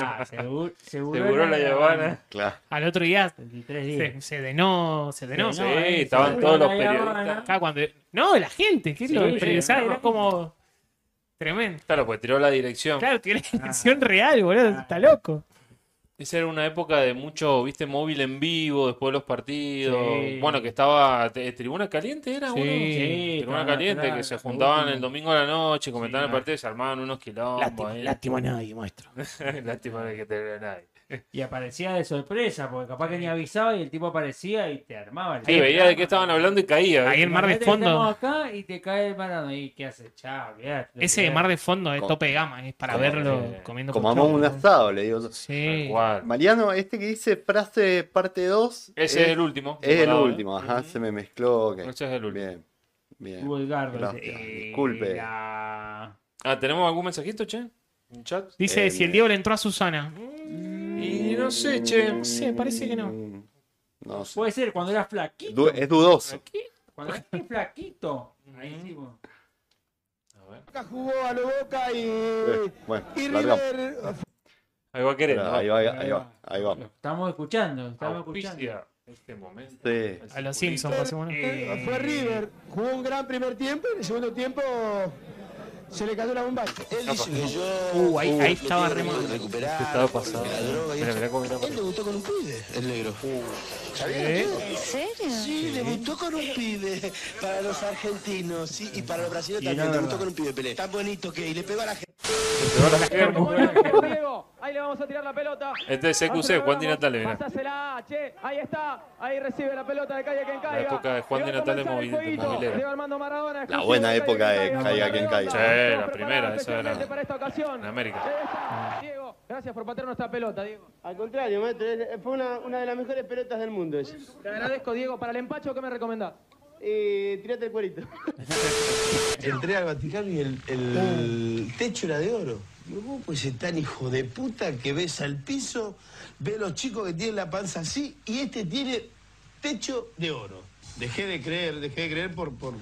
Ah, seguro,
Seguro la ¿eh? Habana.
Claro.
Al otro día
días.
se, se denó, se denó.
Sí,
¿no? eh, Ahí,
estaban
se-
todos los
Ahí,
periodistas.
ahora, acá cuando- No, la gente, que es lo
Sí,
impresionante,
sí.
era como tremendo.
Claro, pues tiró la dirección.
Claro,
Ah.
tiene intención real, boludo, está loco.
Esa era una época de mucho, viste, móvil en vivo, después de los partidos.
Sí.
Bueno, que estaba eh, Tribuna Caliente, era
Sí,
uno.
sí,
Tribuna
estaba
Caliente,
atrás,
que se
la
juntaban
última.
el domingo a la noche, comentaban el
claro.
partido y se armaban unos quilombos.
Lástima-
ahí.
lástima a nadie, maestro.
lástima de que te vea nadie.
Y aparecía de sorpresa, porque capaz que ni avisaba y el tipo aparecía y te armaba. el-
Sí, veía de qué estaban hablando y caía. ¿viste?
Ahí el mar de
Imagínate que
fondo.
estamos acá y te cae el Maradona. ¿Y qué hace? Chao, olvidate.
Ese de mar de fondo es
Como-
tope de gama, es para
como-
verlo comiendo
Comamos
pochoclo.
un asado, le digo. yo.
Sí.
Mariano, este que dice frase parte 2.
Ese es el último.
Es el
Parado, ¿eh?
último, ajá, se me mezcló. ok.
Ese es el último.
Bien, bien.
Vulgardo,
Gracias,
eh,
Disculpe.
la-
Ah, ¿tenemos algún mensajito, che? ¿Un chat?
Dice,
Eh,
si el Diego le entró a Susana.
Y no sé, che.
No sé, parece que no.
Mm, No sé.
Puede ser cuando era flaquito.
Du- es dudoso.
Cuando era flaquito. Ahí sí, vos.
Boca jugó a lo Boca y,
Eh, bueno,
y
largamos.
River
Ahí va queriendo.
Ahí va, ahí va, ahí va.
Estamos escuchando, estamos escuchando.
Auspicia este momento.
Sí.
A los Simpsons, pasemos. ¿no?
Eh,
Fue River, jugó un gran primer tiempo y en el segundo tiempo se le cayó la bomba.
Él dice que yo.
Uh, ahí, ahí estaba re mal.
Recuperar.
Estaba pasado.
La droga y
Mira, mira cómo
Él debutó con un pibe, el negro. ¿Sabían
¿Eh?
ustedes? Sí, debutó con un pibe para los argentinos sí, y para los brasileños
Y no,
también.
no,
Debutó
no.
con un pibe, Pelé. Tan bonito que y le pegó a la gente.
Ahí le vamos a tirar la pelota.
Este es CQC, Juan Di Natale, mirá.
Pásasela, che, ahí está, ahí recibe la pelota de Calle quien
La época de Juan de Natale Movi- Movilera.
Armando Maradona.
La buena época de caiga quien
Sí,
caiga.
la primera, esa era.
esta ocasión.
En América.
Diego, gracias por patear nuestra pelota, Diego.
Al contrario, maestro, fue una, de las mejores pelotas del mundo eso.
Te agradezco, Diego, para el empacho,
Uh,
¿qué me recomendás?
tirate el cuerito.
Entré al Vaticano y el, el techo era de oro. Digo, vos pues ser tan hijo de puta que ves al piso, ve los chicos que tienen la panza así y este tiene techo de oro. Dejé de creer, dejé de creer por, por,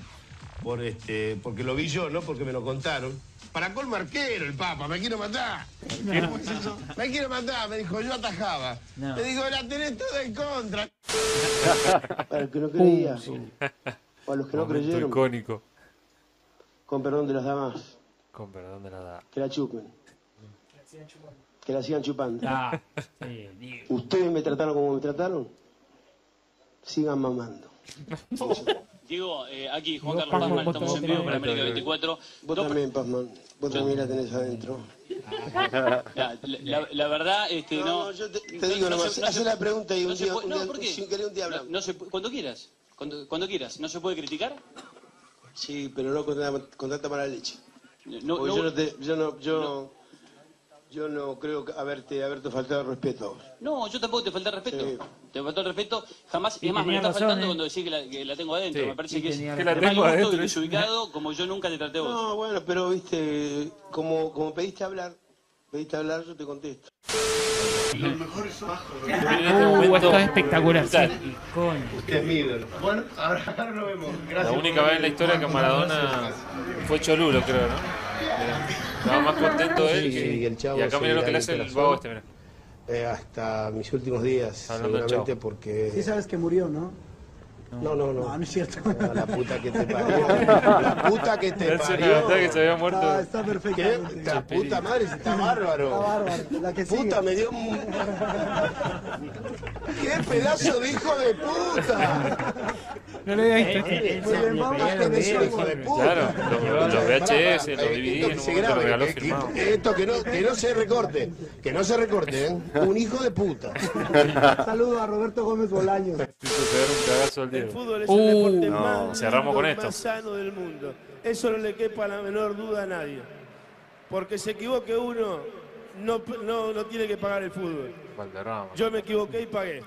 por este, porque lo vi yo, ¿no? Porque me lo contaron. Para colmo arquero el Papa, me quiero matar. ¿Cómo es eso? Me quiero matar, me dijo, yo atajaba.
No.
Me dijo, la tenés toda en contra.
Para el que no creía,
O a los que
Momento icónico.
con perdón de las damas,
Con perdón de la edad.
que la chupen. Que la sigan chupando.
Ah, sí, Diego.
Ustedes me trataron como me trataron, sigan mamando.
Diego, eh, aquí Juan
Vos,
Carlos Pazman,
Pazman, vos
estamos en
también.
vivo para América 24.
Vos también, Pazman, vos también la tenés adentro.
La, la- la verdad, este, no.
No, yo te, te digo nomás,
se- no se
hacé la pregunta y un
no se
día,
puede-
un
no,
día-
¿por qué?
sin querer un día
No,
hablamos.
no se pu- cuando quieras. Cuando, cuando quieras. ¿No se puede criticar?
Sí, pero no con, tanta- con tanta mala leche.
No,
Porque
no-
yo no te- yo no, yo yo no creo que haberte, haberte faltado el respeto.
No, yo tampoco te falté el respeto.
Sí.
Te faltó el respeto. Jamás.
Y
es más, me
tenía
está
razón,
faltando
¿eh?
cuando decís que la, que la tengo adentro.
Sí.
Me parece
Y
que es
tenía
de
razón. Que la
mal
tengo
gusto
adentro.
y desubicado como yo nunca te traté a vos.
No, bueno, pero viste, como, como pediste hablar, pediste hablar, yo te contesto.
En este
Uh,
momento,
esto es espectacular. sí.
Icónico.
Usted Este es mi ídolo. Bueno, ahora, ahora nos vemos.
la
Gracias.
única vez en la historia que Maradona fue Cholulo, creo, ¿no? Mirá, Estaba más contento él que-
Sí, sí, el chavo
Y acá mira lo que le
se
hace el
lanzó.
vago este, mirá.
Eh, hasta mis últimos días,
Hablando del chavo.
seguramente porque...
Sí sabes que murió, ¿no?
No, no, no.
No, no es cierto.
Ah, La puta que te parió. La puta que te
Hace una
parió.
verdad que se había muerto.
Está, está
¿Qué?
perfectamente.
La puta madre, si está
Está
bárbaro.
bárbaro. La que sigue.
Puta, me dio un... ¡Qué pedazo de hijo de puta!
No lo había
Eh,
visto.
eh, eh,
Muy bien, vamos a
le
tener
pedía
ese
los
hijo de
videos,
puta.
Claro, los, los VHS,
Eh,
los DVD,
esto
en
que
un
se
momento lo
grabe,
regaló
que- que-
firmado.
Esto que no, que no se recorte, que no se recorte, ¿eh? Un hijo de puta.
Saludo a Roberto Gómez Bolaños.
Hizo pegar un cagazo al
El
Diego.
eh,
fútbol es
Uh,
el deporte
no.
más,
Cerramos
lindo,
con
y
esto.
más sano del mundo. Eso no le quepa la menor duda a nadie. Porque se equivoque uno, no, no, no tiene que pagar el fútbol.
Valderrama.
Yo me equivoqué y pagué.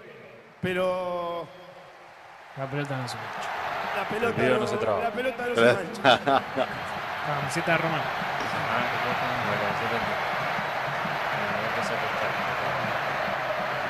Pero
La pelota no se
La
El
pelota
video
no,
no se traba.
La pelota no se mancha.
La camiseta de Román.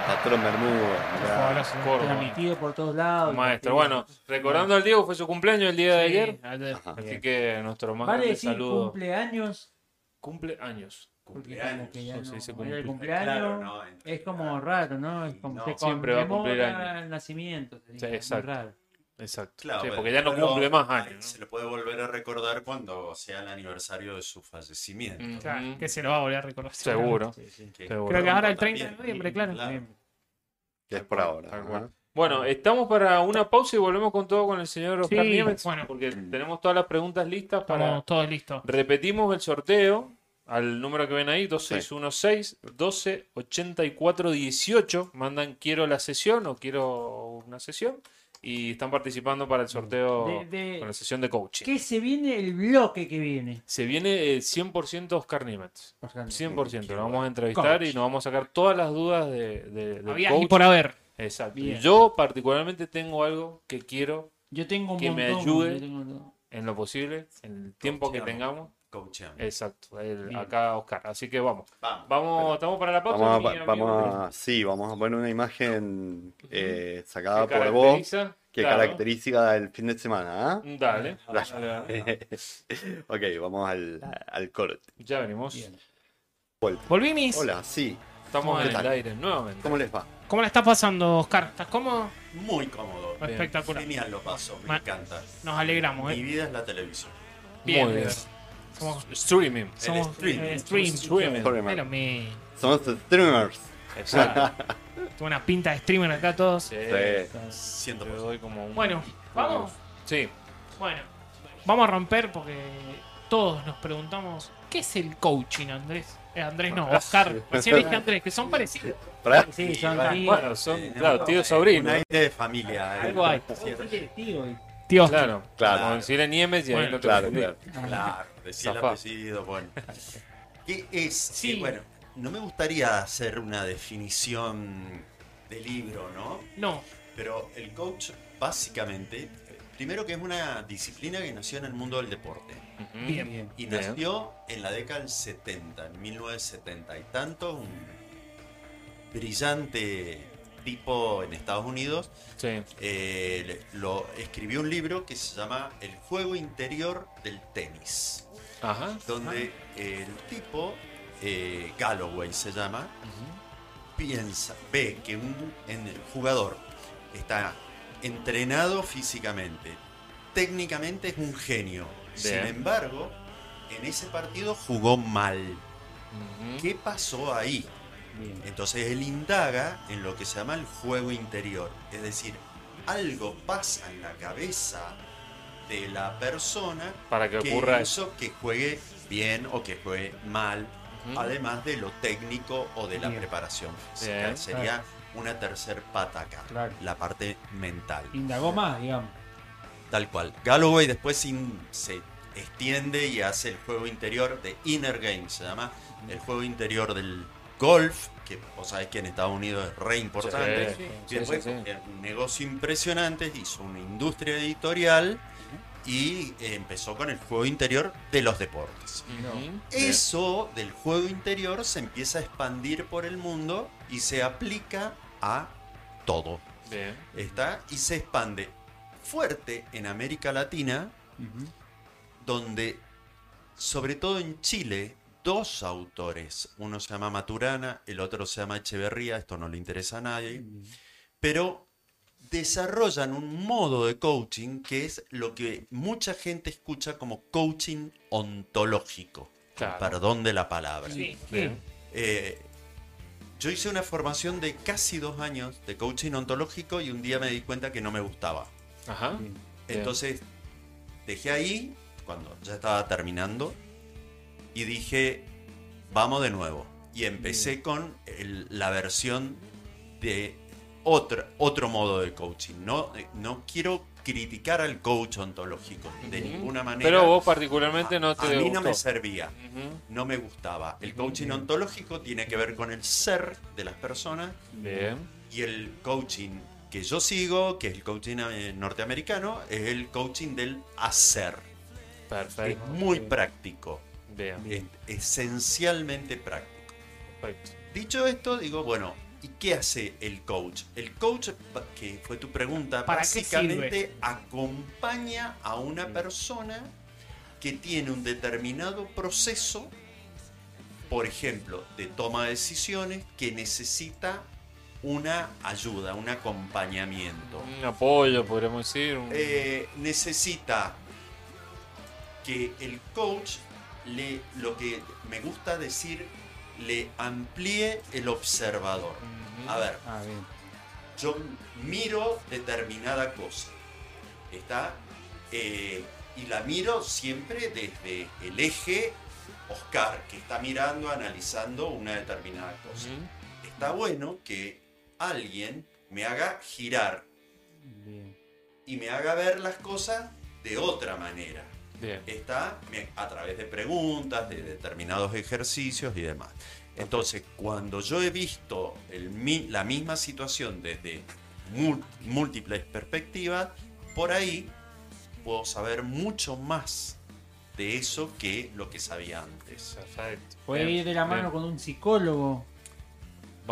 Patrón Bermuda.
Córdoba.
eh, Transmitido por todos lados.
Maestro, bueno, recordando al Diego, fue su cumpleaños el día de
Sí,
ayer.
ayer.
Así que nuestro más
Vale
grande
decir
saludo.
cumpleaños.
Cumpleaños.
Porque como que ya
Cumpleaños,
no-
sí, se
el
cumple.
cumpleaños
Claro, no,
es como raro, ¿no? Es como
no,
se
siempre va a cumplir
conmemora
años.
el nacimiento. sería
Sí,
muy
exacto.
raro.
Exacto.
Claro,
Sí,
pero-
porque ya no
pero
cumple más
ahí
años.
Se le puede volver a recordar cuando sea el aniversario de su fallecimiento.
Mm.
Claro, que se lo va a volver a recordar.
Seguro.
Sí, sí.
Seguro.
Creo que ahora el
También,
30 de noviembre, claro.
Que es por ahora. ¿no?
Bueno, estamos para una pausa y volvemos con todo con el señor Oscar
Sí,
Nieves,
bueno.
porque tenemos todas las preguntas listas para...
Estamos todos listos.
Repetimos el sorteo al número que ven ahí, 2616 12 84 18. Mandan quiero la sesión o quiero una sesión y están participando para el sorteo
De- de-
Oh, con la sesión de coaching.
¿Qué se viene el bloque que viene?
Se viene el 100% Oscar Nimitz.
Oscar Nimitz.
100%. Lo vamos a entrevistar
Coach.
y nos vamos a sacar todas las dudas de, de, del
Había
coach.
y por haber.
Exacto.
Bien.
Y yo particularmente tengo algo que quiero
Yo tengo un
que me
montón,
ayude
yo tengo un montón.
en lo posible, en el tiempo que tengamos.
Coacheamos.
Exacto, el-
Bien.
acá Oscar. Así que vamos.
Vamos,
estamos para la pausa.
Vamos, a,
mi
pa-
amigo
vamos
Luis?
a- sí, vamos a poner una imagen eh, sacada
Que
por vos
caracteriza,
que
claro. Mm.
caracteriza el fin de semana. ¿ah?
Dale.
La-
Dale, dale.
ok, vamos al, al corte.
Ya venimos.
Vuelta.
Volvimis.
Hola, sí.
Estamos
¿Qué
en el
tal?
aire nuevamente.
¿Cómo les va?
¿Cómo la estás pasando, Oscar? ¿Estás cómodo?
Muy cómodo.
Bien. Espectacular.
Genial lo paso, me
Ma-
encanta.
Nos alegramos,
Mi
¿eh?
vida es la televisión.
Bien,
Muy bien.
River. Somos,
Streaming.
somos
El streaming.
eh, stream.
Streaming.
Es lo mismo.
Somos streamers.
Exacto.
Tengo una pinta de streamer acá todos.
Siento
Te doy como un-
Bueno, vamos.
Sí.
Bueno, vamos a romper porque todos nos preguntamos ¿qué es el coaching, Andrés? Eh, Andrés no, Oscar. Recién dije Andrés, que son parecidos.
¿Para?
Sí, son
bueno,
tíos.
Bueno, son,
Eh,
claro, tío sobrino.
Un aire de familia. eh.
Algo hay.
Cierto.
Tío, Oh, y-
Tío,
Claro.
Claro.
Como decirle Niemes y ahí
Bueno,
no te
claro,
confundí.
claro.
Claro, decía el
Zafá.
apellido, bueno. ¿Qué es?
Sí.
Eh, bueno, no me gustaría hacer una definición de libro, ¿no?
no.
Pero el coach, básicamente, eh, primero que es una disciplina que nació en el mundo del deporte.
Ujú.
Bien.
Y
Bien.
nació en la década del 70, en 1970 y tanto, un brillante tipo en Estados Unidos
Sí.
eh, le- lo escribió un libro que se llama El juego interior del tenis,
Ajá.
donde el tipo eh, Galloway se llama piensa ve que un en el jugador está entrenado físicamente, técnicamente es un genio. Sin
Bien.
embargo, en ese partido jugó mal.
Ujú.
¿Qué pasó ahí? Entonces él indaga en lo que se llama el juego interior. Es decir, algo pasa en la cabeza de la persona
Para que ocurra eso. Mm.
hizo que juegue bien o que juegue mal,
Ujú.
además de lo técnico o de la
Bien.
preparación física.
Bien,
Sería
claro.
una tercer pata acá,
Claro.
la parte mental.
Indagó más, digamos.
Tal cual. Galloway después in- se extiende y hace el juego interior de Inner Game, se llama el juego interior del golf, que vos sabés que en Estados Unidos es re importante.
Sí, sí,
Y
sí,
después,
sí, sí.
eh, un negocio impresionante, hizo una industria editorial y eh, empezó con el juego interior de los deportes.
Ujú.
Eso del juego interior se empieza a expandir por el mundo y se aplica a todo
Bien.
está y se expande fuerte en América Latina, donde, sobre todo en Chile, dos autores, uno se llama Maturana, el otro se llama Echeverría, esto no le interesa a nadie, pero desarrollan un modo de coaching que es lo que mucha gente escucha como coaching ontológico,
Claro.
perdón de la palabra.
Sí.
Bien.
Eh, yo hice una formación de casi dos años de coaching ontológico y un día me di cuenta que no me gustaba.
Ajá.
Entonces dejé ahí cuando ya estaba terminando y dije, vamos de nuevo. Y empecé con el- la versión de otro, otro modo de coaching. No, eh, no quiero criticar al coach ontológico de
Ujú.
ninguna manera.
Pero vos particularmente no te
A mí no me
gustó.
servía
Ujú.
no me gustaba. El coaching ontológico tiene que ver con el ser de las personas
Bien.
y el coaching que yo sigo, que es el coaching eh, norteamericano, es el coaching del hacer.
Perfecto.
Es muy práctico.
Bien.
Es esencialmente práctico. Dicho esto, digo, bueno, ¿y qué hace el coach? El coach, pa- que fue tu pregunta,
¿Para qué
básicamente
sirve? Mm.
acompaña a una persona que tiene un determinado proceso, por ejemplo, de toma de decisiones, que necesita una ayuda, un acompañamiento.
Un apoyo, podríamos decir. un-
Eh, necesita que el coach le lo que me gusta decir le amplíe el observador. A ver,
Ah,
yo miro determinada cosa. Está eh, y la miro siempre desde el eje Oscar, que está mirando, analizando una determinada cosa. Está bueno que alguien me haga girar y me haga ver las cosas de otra manera.
Bien.
Está me- a través de preguntas, de determinados ejercicios y demás. Entonces, cuando yo he visto el mi- la misma situación desde mú- múltiples perspectivas, por ahí puedo saber mucho más de eso que lo que sabía antes.
Puede ir de la mano con un psicólogo.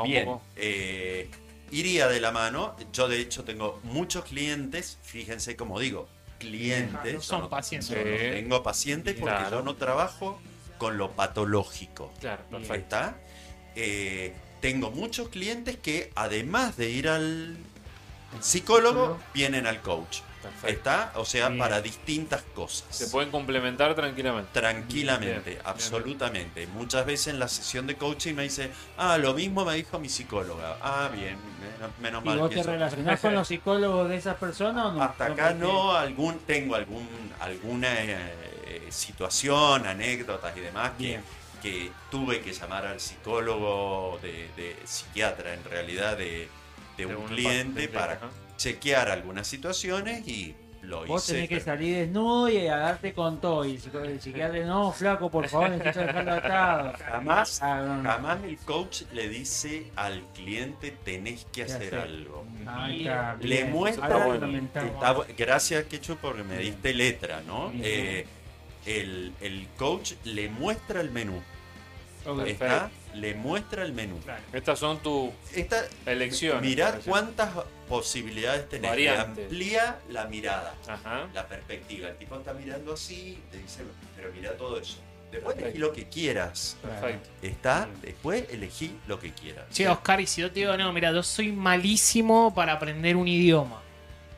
Bien, eh, iría de la mano. Yo de hecho tengo muchos clientes, fíjense como digo,
Ah,
clientes.
no
yo
son pacientes.
yo no
Sí.
tengo pacientes porque
Claro.
yo no trabajo con lo patológico.
Claro, perfecto.
¿Está? Eh, tengo muchos clientes que además de ir al psicólogo, vienen al coach. ¿Está? O sea, para distintas cosas.
Se pueden complementar tranquilamente.
Tranquilamente,
Bien, bien.
absolutamente. Muchas veces en la sesión de coaching me dice, ah, lo mismo me dijo mi psicóloga. Ah, bien, menos, menos
¿Y
mal.
vos
que
te
eso".
relacionás con los psicólogos de esas personas o no?
Hasta acá no, algún, tengo algún, alguna eh, eh, situación, anécdotas y demás que,
Bien.
que tuve que llamar al psicólogo, de, de psiquiatra en realidad, de, de un
un
cliente
paciente,
para
ajá.
chequear algunas situaciones y lo
Vos
hice.
tenés que salir desnudo y a darte con todo. Y el psico- el psiquiatra, no, flaco, por favor, necesito dejarlo atado.
Jamás,
Ah, no, no.
jamás el coach le dice al cliente tenés que hacer,
hacer?
algo.
Ahí está,
le
bien.
muestra.
Algo fundamental.
está bu- gracias, Quechu, porque me
Bien.
diste letra, ¿no?
Bien.
Eh, el, el coach le muestra el menú.
Ok.
Está, le muestra el menú.
Estas son tus
Esta,
elecciones.
Mirá
por decir.
cuántas posibilidades tenés. Le
Variantes.
amplía la mirada, la perspectiva. El tipo está mirando así, te dice, pero mira todo eso. Después elegí
Perfecto.
lo que quieras.
Perfecto.
Está, después elegí lo que quieras.
Che, Oscar, y si yo te digo, no, mira, yo soy malísimo para aprender un idioma.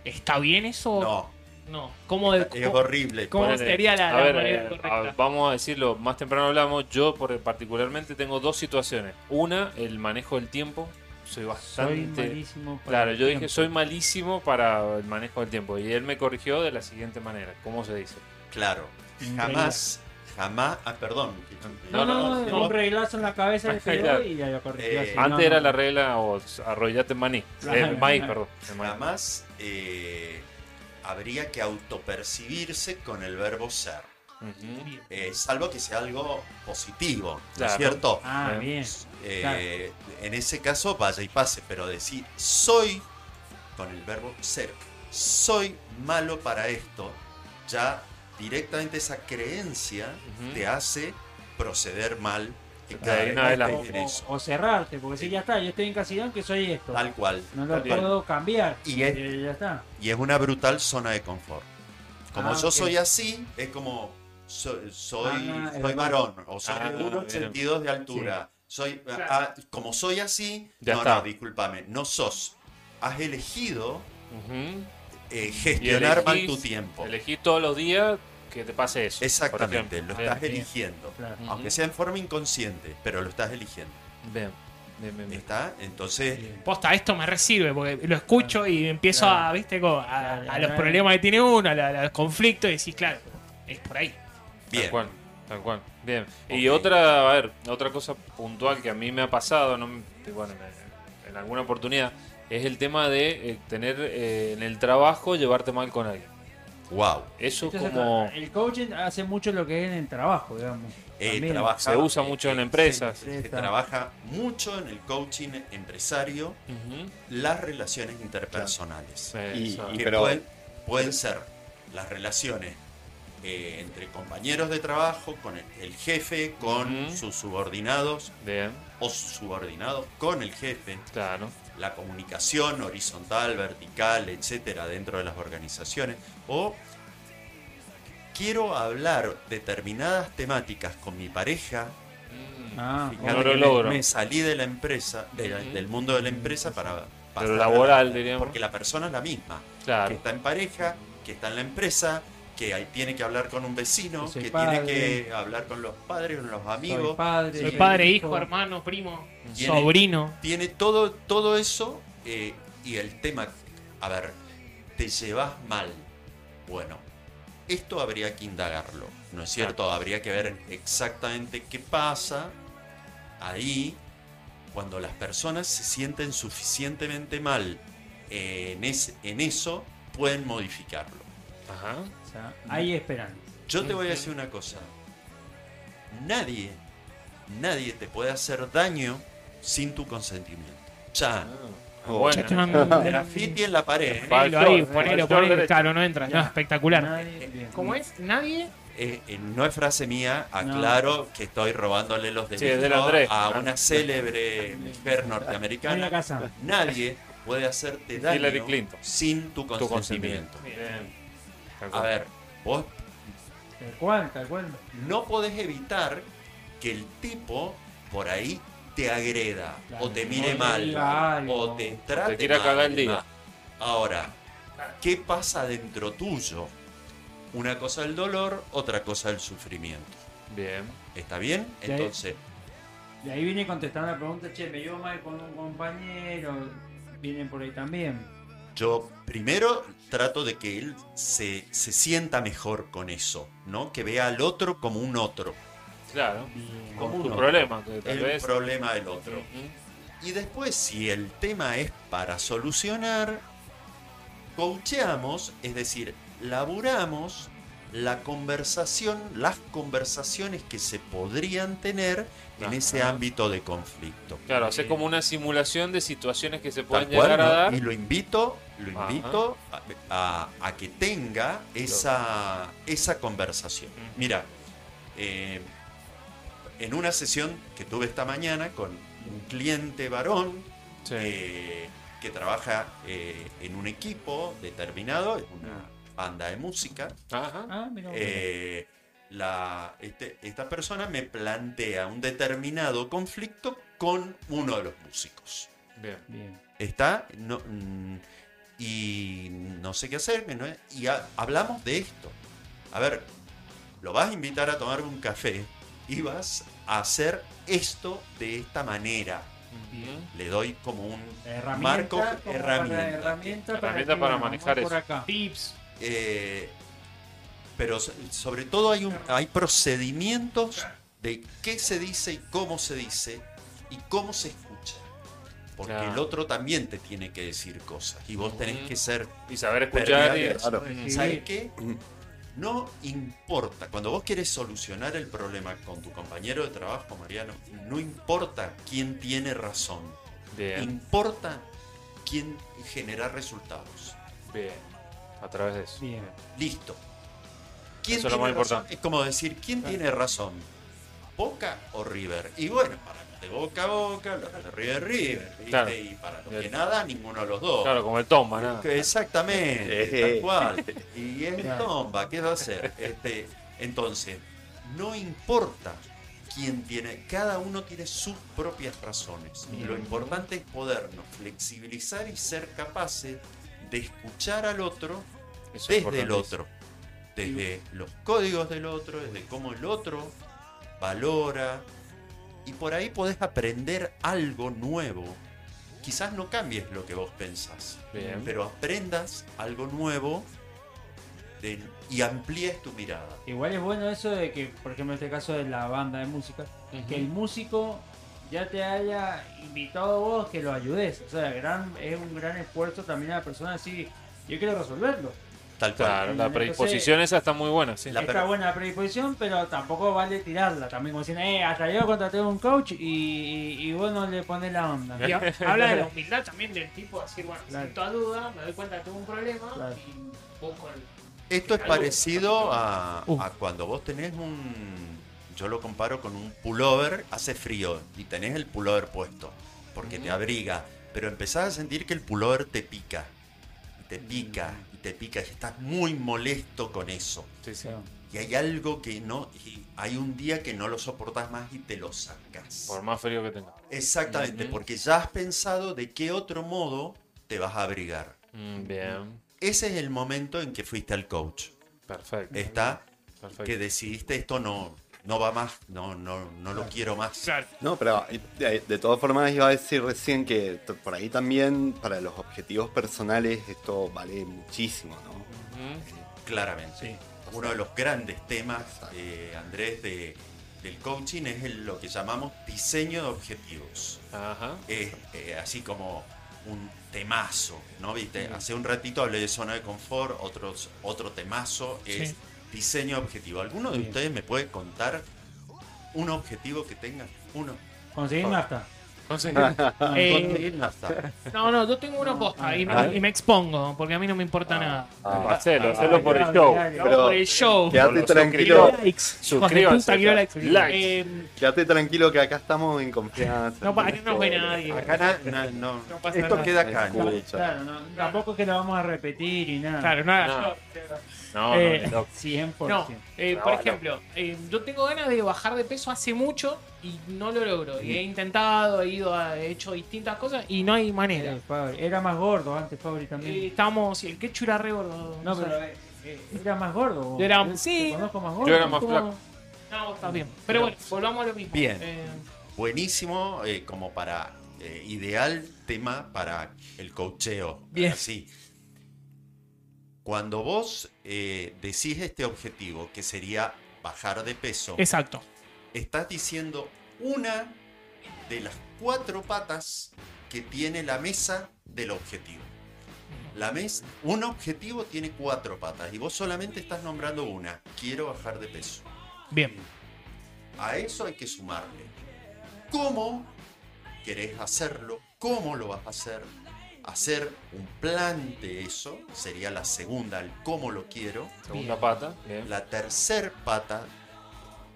¿Está bien eso?
No.
No. ¿Cómo de-
Es
cómo-
horrible.
¿Cómo
Ponele.
sería la,
A
la
ver,
manera
eh,
correcta?
a- vamos a decirlo, más temprano hablamos, yo por, particularmente tengo dos situaciones. Una, el manejo del tiempo. Soy bastante...
malísimo para
claro,
el
yo dije,
tiempo.
soy malísimo para el manejo del tiempo. Y él me corrigió de la siguiente manera. ¿Cómo se dice?
Eh,
Claro. Jamás, jamás. Ah, perdón.
No, no, no,
no.
un reglazo en la cabeza le pegó
Claro.
y ya lo corrigió.
Eh,
así, no,
Antes era
no.
la regla o s- arrollate maní.
Claro,
el maíz,
claro.
perdón. el maíz.
Jamás eh, habría que autopercibirse con el verbo ser. Eh, salvo que sea algo positivo, ¿no
Claro.
es cierto?
Ah, bien.
Eh, En ese caso, vaya y pase, pero decir soy con el verbo ser, soy malo para esto, ya directamente esa creencia te hace proceder mal. en
Claro.
cada vez que
O-
estés en eso.
o, o cerrarte, porque si ya está, yo estoy encasilado que soy esto.
Tal cual.
No lo
tal cual.
puedo cambiar.
Y es-
Eh, ya está.
Y es una brutal zona de confort. Como
Ah,
yo
ok.
soy así, es como so- soy,
Ah, es
soy
verdad.
varón o soy
Ah,
de unos
bien.
sentidos de altura. Soy, ah, como soy así,
Ya
no,
está.
no, discúlpame, no sos. Has elegido eh, gestionar
Y elegís-
mal tu tiempo.
Elegí todos los días que te pase eso. por
Oh. Exactamente,
ejemplo.
lo estás
Bien.
eligiendo.
Claro.
Aunque
Ujú.
sea en forma inconsciente, pero lo estás eligiendo.
Bien, bien, bien. bien.
¿Está? Entonces,
Posta, esto me resirve, porque lo escucho y empiezo a, viste, como a, a los
claro.
problemas que tiene uno, a, la- a los conflictos, y decís, claro, es por ahí.
bien.
Tal cual, tal cual. Bien. Y otra, a ver, otra cosa puntual que a mí me ha pasado, no, me- que, bueno, me- en alguna oportunidad, es el tema de eh, tener eh, en el trabajo llevarte mal con alguien.
Wow.
Eso
Entonces,
como
El coaching hace mucho lo que es en el trabajo, digamos.
Eh,
También.
se usa mucho en empresas.
Se, se trabaja mucho en el coaching empresario, las relaciones interpersonales.
Claro.
Y-
Eso.
y
pero-
pueden, pueden ser las relaciones eh, entre compañeros de trabajo, con el, el jefe, con
Ujú.
sus subordinados,
Bien.
o sus subordinados con el jefe. La comunicación horizontal, vertical, etcétera, dentro de las organizaciones. O quiero hablar determinadas temáticas con mi pareja. Mm.
Ah,
Fíjate
no lo
que me-
logro.
Me, salí de la empresa, de la-
Ujú.
del mundo de la empresa para pasar a la-
laboral, diríamos.
Porque la persona es la misma.
Claro.
Que está en pareja, que está en la empresa, que ahí tiene que hablar con un vecino,
Que soy
que
padre.
tiene que hablar con los padres, con los amigos.
Soy
Sí.
padre, hijo, hermano, primo,
Tiene-
sobrino.
Tiene todo, todo eso eh, y el tema, a ver, te llevas mal. Bueno, esto habría que indagarlo, ¿no es cierto? Habría que ver exactamente qué pasa ahí cuando las personas se sienten suficientemente mal eh, en, es- en eso, pueden modificarlo.
O sea, hay esperanza.
Yo te voy a decir una cosa. Nadie, nadie te puede hacer daño sin tu consentimiento. Ya. Oh,
Bueno.
Ah.
Chachán.
Graffiti en la pared.
Ponelo ahí, ponelo, ponelo. Claro, no entra. No,
Ya.
espectacular.
Nadie-
Eh, ¿Cómo es? Nadie.
Eh, eh, no es frase mía, aclaro que estoy robándole los
Sí, es del
derechos
Andrés.
a una célebre mujer norteamericana.
Mira, casa.
Nadie puede hacerte daño
Hillary Clinton.
sin tu
Tu
consentimiento. A ver, vos
Tal cual, tal cual.
no podés evitar que el tipo por ahí te agreda
Claro,
o te
o
mire
te
mal
diga algo.
o te trate
Te quiera
mal,
cagar el día.
demás. Ahora, ¿qué pasa dentro tuyo? Una cosa el dolor, otra cosa el sufrimiento.
Bien.
¿Está bien?
Ya,
Entonces,
Y ahí viene contestando la pregunta, che, me llevo mal con un compañero. Vienen por ahí también.
yo primero trato de que él se, se sienta mejor con eso, ¿no? Que vea al otro como un otro.
Claro.
Como
Con tu
uno.
problema. que tal
el
vez-
problema del otro. Y después, si el tema es para solucionar, coacheamos, es decir, laburamos la conversación, las conversaciones que se podrían tener en ese ámbito de conflicto.
Claro, hacer como una simulación de situaciones que se
Tal
pueden
cual,
llegar a
¿no?
dar.
Y lo invito, lo
Ajá.
invito a, a- a que tenga esa, esa conversación. Mira, eh, en una sesión que tuve esta mañana con un cliente varón eh, que trabaja eh, en un equipo determinado, es una banda de música.
Ah, mira vos.
Eh, la, este- esta persona me plantea un determinado conflicto con uno de los músicos.
Bien.
Bien.
Está no, mm, y no sé qué hacer. que no es- y ha- hablamos de esto. A ver, lo vas a invitar a tomar un café y vas a hacer esto de esta manera.
Bien.
Le doy como un
Herramienta
marco,
como para-
herramienta.
herramienta para
Herramienta
que,
para
bueno,
manejar
vamos por
eso.
acá.
Tips.
Eh, pero so- sobre todo hay, un- hay procedimientos de qué se dice y cómo se dice y cómo se escucha. Porque
Claro.
el otro también te tiene que decir cosas y vos tenés
Ujú.
que ser...
Y saber escuchar y-
permeable a eso.
Claro.
¿Sabés qué? No importa, cuando vos quieres solucionar el problema con tu compañero de trabajo, Mariano, no importa quién tiene razón,
Bien.
importa quién genera resultados.
Bien. A través de eso.
Bien.
Listo. ¿Quién
Eso es lo
tiene
más
razón?
importante.
Es como decir, ¿quién tiene razón? ¿Boca o River? Y bueno, para los de boca a boca, los de River River, ¿viste?
Claro.
Y para los que nada, ninguno de los dos.
Claro, como el tomba, nada.
Que Exactamente,
Eh.
tal cual. Y es
Claro.
tomba, ¿qué va a hacer? Este, entonces, no importa quién tiene, cada uno tiene sus propias razones. Y lo importante es podernos flexibilizar y ser capaces de escuchar al otro
Eso es
desde el
importantísimo.
otro. Desde los códigos del otro, desde cómo el otro valora. Y por ahí podés aprender algo nuevo. Quizás no cambies lo que vos pensás,
Bien.
pero aprendas algo nuevo del- y amplíes tu mirada.
Igual es bueno eso de que, por ejemplo, en este caso de la banda de música, que el músico ya te haya invitado a vos que lo ayudes. O sea, gran, es un gran esfuerzo también a la persona decir, yo quiero resolverlo.
tal cual.
Claro, la
Entonces,
predisposición esa está muy buena, sí.
Está buena la predisposición, pero tampoco vale tirarla. También como diciendo, eh, hasta yo contraté un coach y, y, y vos no le pones la onda.
Y ha- habla de la humildad también del tipo, de decir, bueno, sin toda duda, me doy cuenta que tengo un problema y busco el.
Esto es
Algo.
parecido a,
Uh.
a cuando vos tenés un. Yo lo comparo con un pullover, hace frío y tenés el pullover puesto porque te abriga, pero empezás a sentir que el pullover te pica, y
Mm.
te pica, y te pica, y estás muy molesto con eso. Y hay algo que no. y hay un día que no lo soportás más y te lo sacas.
Por más frío que tenga.
Exactamente,
Ujú.
porque ya has pensado de qué otro modo te vas a abrigar.
Mm, bien.
Ese es el momento en que fuiste al coach.
Perfecto.
Está
Perfecto.
que decidiste esto no, no va más, no, no, no lo quiero más.
No, pero eh, de, de todas formas iba a decir recién que t- por ahí también para los objetivos personales esto vale muchísimo, ¿no?
Claramente. Uno de los grandes temas, eh, Andrés, de, del coaching es el- lo que llamamos diseño de objetivos. Es eh, así como un temazo, ¿no? ¿Viste?
Mm.
Ujú.
Hace un ratito hablé de zona de confort, otros, otro temazo es
Sí.
diseño de objetivo. ¿Alguno de
Bien.
ustedes me puede contar un objetivo que tenga? Uno.
Ah.
Conseguir nafta.
Conseguir-
Eh,
Conseguir nafta.
No, no, yo tengo una posta y,
Ah.
me- y me expongo, porque a mí no me importa nada.
Ah, hacelo, hacelo por el show.
Pero- por el show.
Quédate
Por los
tranquilo.
likes. Hijos de puta, quiero likes.
Likes.
Eh,
Quédate tranquilo que acá estamos en confianza.
No, para que no nos
Este,
ve nadie.
Acá na- na- no.
No pasa
Esto
nada.
queda acá. ¿no?
Escucha.
Claro, no, tampoco es que lo vamos a repetir y nada.
Claro, no hagas show.
No,
Eh,
no, ni loco.
100%.
No, eh, por ejemplo, eh, yo tengo ganas de bajar de peso hace mucho y no lo logro. Y he intentado, he ido, a, he hecho distintas cosas y no hay manera.
Eh, Fabri, Era más gordo antes, Fabri, también.
Eh, estábamos, el ketchup era re gordo.
No, pero eh, eh, era más gordo. vos.
Yo era-
Te
sí.
conozco más gordo.
Yo era más
Como-
flaco.
No, vos estás bien. Pero bueno, volvamos a lo mismo.
Bien.
Eh,
Buenísimo eh, como para eh, ideal tema para el cocheo.
Bien.
Así. Cuando vos eh, decís este objetivo, que sería bajar de peso,
exacto.
estás diciendo una de las cuatro patas que tiene la mesa del objetivo. La mesa, un objetivo tiene cuatro patas y vos solamente estás nombrando una. Quiero bajar de peso.
Bien.
A eso hay que sumarle. ¿Cómo querés hacerlo? ¿Cómo lo vas a hacer? Hacer un plan de eso sería la segunda, el cómo lo quiero.
Segunda pata.
La tercer pata,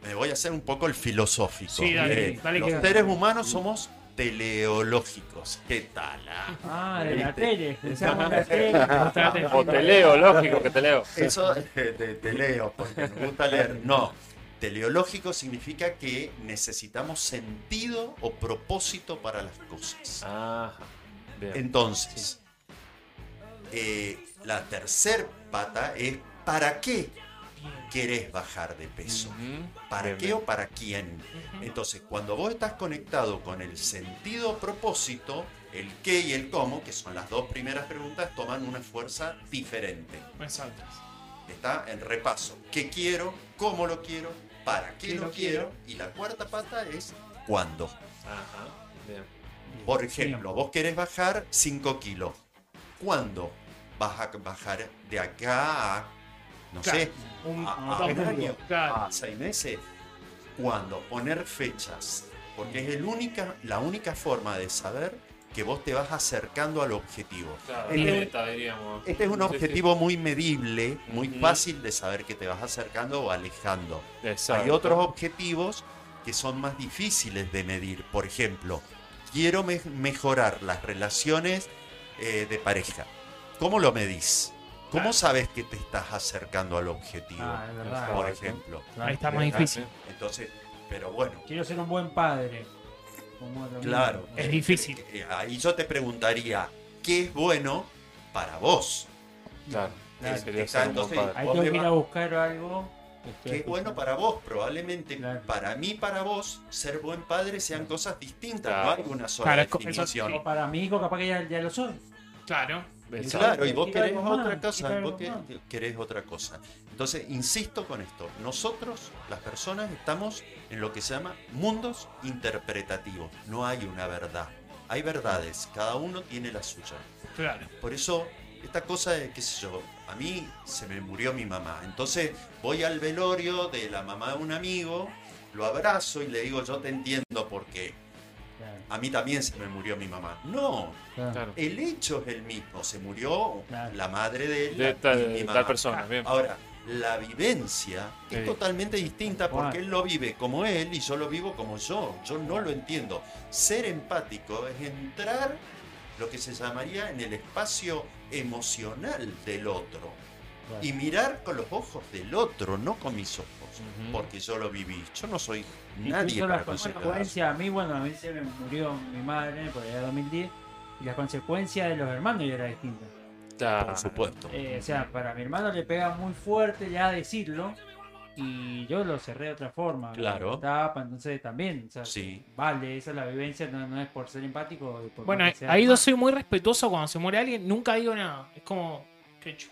me voy a hacer un poco el filosófico. Eh,
Sí, dale, dale
los
que-
seres humanos somos teleológicos. ¿Qué tal? ah?
Ah, de la
¿Viste?
tele. escuchamos la tele.
O te leo, lógico que te leo.
Eso te, te- te leo, porque me gusta leer. No, teleológico significa que necesitamos sentido o propósito para las cosas.
Ah,
Entonces, eh, la tercer pata es ¿para qué querés bajar de peso? ¿Para
Mm, Bien,
qué
bien.
o para quién? Entonces, cuando vos estás conectado con el sentido o propósito, el qué y el cómo, que son las dos primeras preguntas, toman una fuerza diferente.
Exacto.
Está en repaso. ¿Qué quiero? ¿Cómo lo quiero? ¿Para qué, lo quiero? Y la cuarta pata es ¿cuándo?
Ajá. Bien.
Por ejemplo, vos querés bajar 5 kilos. ¿Cuándo vas a bajar de acá a, no
Claro,
sé,
un-
a,
Ah,
a
dos
un
meses,
año,
claro.
a seis meses? ¿Cuándo? Poner fechas. Porque es el única, la única forma de saber que vos te vas acercando al objetivo.
Claro,
Este-
la meta, diríamos.
este es un
Sí, sí.
objetivo muy medible, muy
Ujú.
fácil de saber que te vas acercando o alejando.
Exacto.
Hay otros objetivos que son más difíciles de medir. Por ejemplo, quiero me- mejorar las relaciones eh, de pareja. ¿Cómo lo medís? ¿Cómo sabes que te estás acercando al objetivo?
Ah, es verdad.
Por
Exacto.
ejemplo.
Ahí está más
¿Verdad?
difícil.
Entonces, pero bueno,
Quiero ser un buen padre. Como lo mismo.
Claro.
Es difícil.
Eh, eh, Ahí yo te preguntaría, ¿qué es bueno para vos?
Claro.
Eh,
Sería
está,
ser un buen
entonces,
padre.
Ahí
vos
tengo
le
que ir
vas-
a buscar algo.
¿Qué es bueno para vos? Probablemente para mí, para vos, ser buen padre sean cosas distintas.
Claro.
No hay una sola
Claro, es co-
definición.
O para mi hijo, capaz que ya, ya lo soy.
Claro.
Claro, y vos
Y
querés
algo más,
otra
y
cosa,
algo
vos que-
más.
querés otra cosa. Entonces, insisto con esto, nosotros, las personas, estamos en lo que se llama mundos interpretativos. No hay una verdad, hay verdades, cada uno tiene la suya.
Claro.
Por eso, esta cosa de, qué sé yo, a mí se me murió mi mamá. Entonces voy al velorio de la mamá de un amigo, lo abrazo y le digo, yo te entiendo porque a mí también se me murió mi mamá. No,
Claro.
el hecho es el mismo. Se murió la madre de él
De
y
tal-
mi
tal
mamá.
persona, bien.
Ahora, la vivencia es
Sí.
totalmente distinta porque
Bueno.
él lo vive como él y yo lo vivo como yo. Yo no lo entiendo. Ser empático es entrar lo que se llamaría en el espacio emocional del otro y mirar con los ojos del otro, no con mis ojos, porque yo lo viví. Yo no soy nadie
Incluso
para
las
considerar.
consecuencias, a mí, bueno, a mí se me murió mi madre por allá en 2010 y las consecuencias de los hermanos ya era distinta.
Por supuesto.
Eh, o sea, para mi hermano le pega muy fuerte ya decirlo y yo lo cerré de otra forma.
Claro.
La Tapa, entonces también, o sea,
Sí.
vale, esa es la vivencia, no, no es por ser empático. o por
Bueno,
lo que sea.
ahí yo soy muy respetuoso cuando se muere alguien, nunca digo nada. Es como, qué hecho.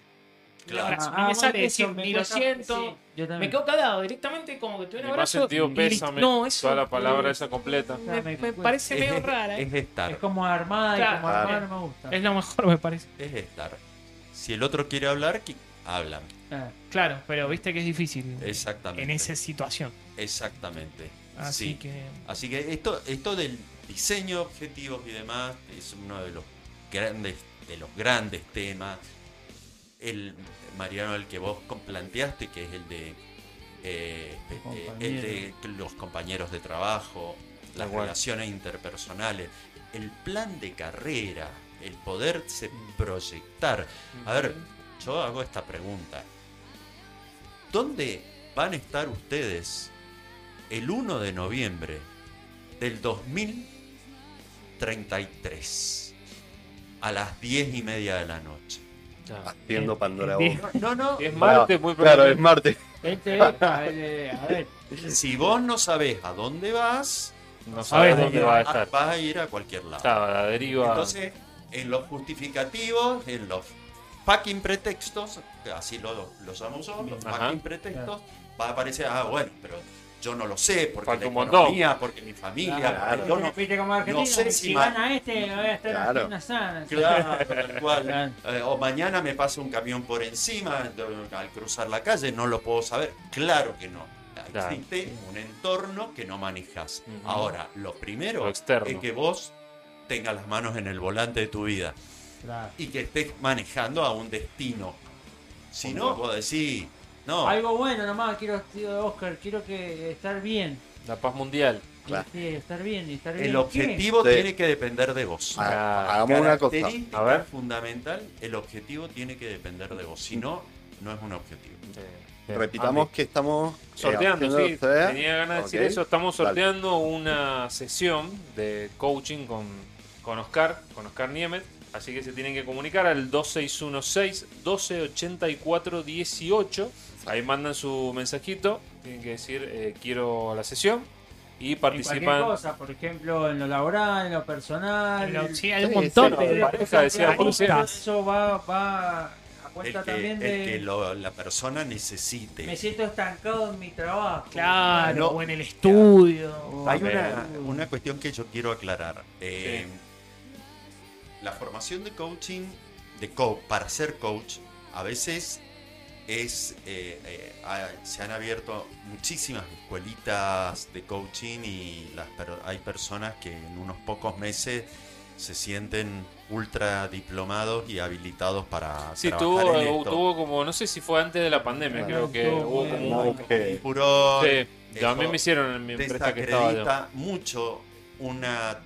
Claro.
Un abrazo,
Ah,
ni me
bueno,
sale
eso
decir,
me
ni lo
cuesta-
siento.
sí, yo también.
me quedo cagado directamente, como que tuve un
Y más
abrazo.
sentido
y listo.
pésame.
No, eso.
toda la palabra esa completa.
Me, me parece medio rara. ¿eh?
estar.
Es como armada y
Claro.
como armada
Claro.
no me gusta.
Es lo mejor, me parece.
Es estar. Si el otro quiere hablar, que- hablan.
Eh,
Claro, pero viste que es difícil
Exactamente.
en Ah, esa situación.
Exactamente.
Así
Sí.
que-
Así que esto, esto del diseño, objetivos y demás es uno de los grandes, de los grandes temas. El Mariano, el que vos com- planteaste, que es el de, eh, eh, el de los compañeros de trabajo, las
Igual.
relaciones interpersonales, el plan de carrera, el poderse proyectar. A ver, yo hago esta pregunta. ¿Dónde van a estar ustedes el 1 de noviembre del 2033 a las 10 y media de la noche?
Haciendo Pandora
Bien.
Box.
No, no.
Eh, Es
Bueno,
martes, muy
Claro,
probable.
es martes.
Este, a ver, a ver.
Si vos no sabés a dónde vas,
No sabés dónde vas a estar.
Vas a ir a cualquier lado.
Claro, a la deriva.
Entonces, en los justificativos, en los fucking pretextos, así lo, lo llamo yo, los
Ajá.
fucking pretextos, va a aparecer, ah, bueno, pero yo no lo sé, porque
Falta
la
un montón.
economía, porque mi familia, porque yo no-
Viste como Argentina,
sé si
si
ma-
gana este, voy a estar
Claro.
en una sana.
Claro, tal cual. Eh, o mañana me pasa un camión por encima de- al cruzar la calle, no lo puedo saber. Claro que no.
Claro.
Existe un entorno que no manejas. Ahora, lo primero
Lo externo.
es que vos tengas las manos en el volante de tu vida
Claro.
y que estés manejando a un destino. Si no, vos decís, no,
Algo bueno nomás, quiero, tío Oscar, quiero que estar bien.
La paz mundial.
Sí, estar bien y estar bien.
el
¿Qué?
objetivo
Sí.
tiene que depender de vos.
Ah, hagamos una cosa.
Característica
A ver.
fundamental, el objetivo tiene que depender de vos. Si no, no es un objetivo.
Eh,
Repitamos que estamos eh,
Ah, Sorteando,
haciendo-
sí. Tenía ganas de
Ok.
decir eso. Estamos
Dale.
sorteando una sesión de coaching con, con Oscar, con Oscar Niemet. Así que se tienen que comunicar al 2616-1284-18. Ahí mandan su mensajito. Tienen que decir, eh, quiero la sesión. Y
Cualquier
participan.
cosa, por ejemplo, en lo laboral, en lo personal.
En lo- sí, hay un Sí, montón. sí,
Pero
de pareja,
eso-
decía,
eso-
pareja.
Eso va, va a
El
cuenta
que,
también
el
de.
que lo- la persona necesite.
Me siento estancado en mi trabajo.
Claro,
No. Ah.
o en el estudio. o-
Hay una, una cuestión que yo quiero aclarar. Eh, La formación de coaching, de co- para ser coach, a veces es eh, eh, ha- se han abierto muchísimas escuelitas de coaching y las per- hay personas que en unos pocos meses se sienten ultra diplomados y habilitados para
Sí,
trabajar
tuvo,
en
eh,
esto.
tuvo como, no sé si fue antes de la pandemia, creo que hubo como un-
Un furor.
Sí,
Eso
también me hicieron en mi empresa que estaba yo.
desacredita mucho una,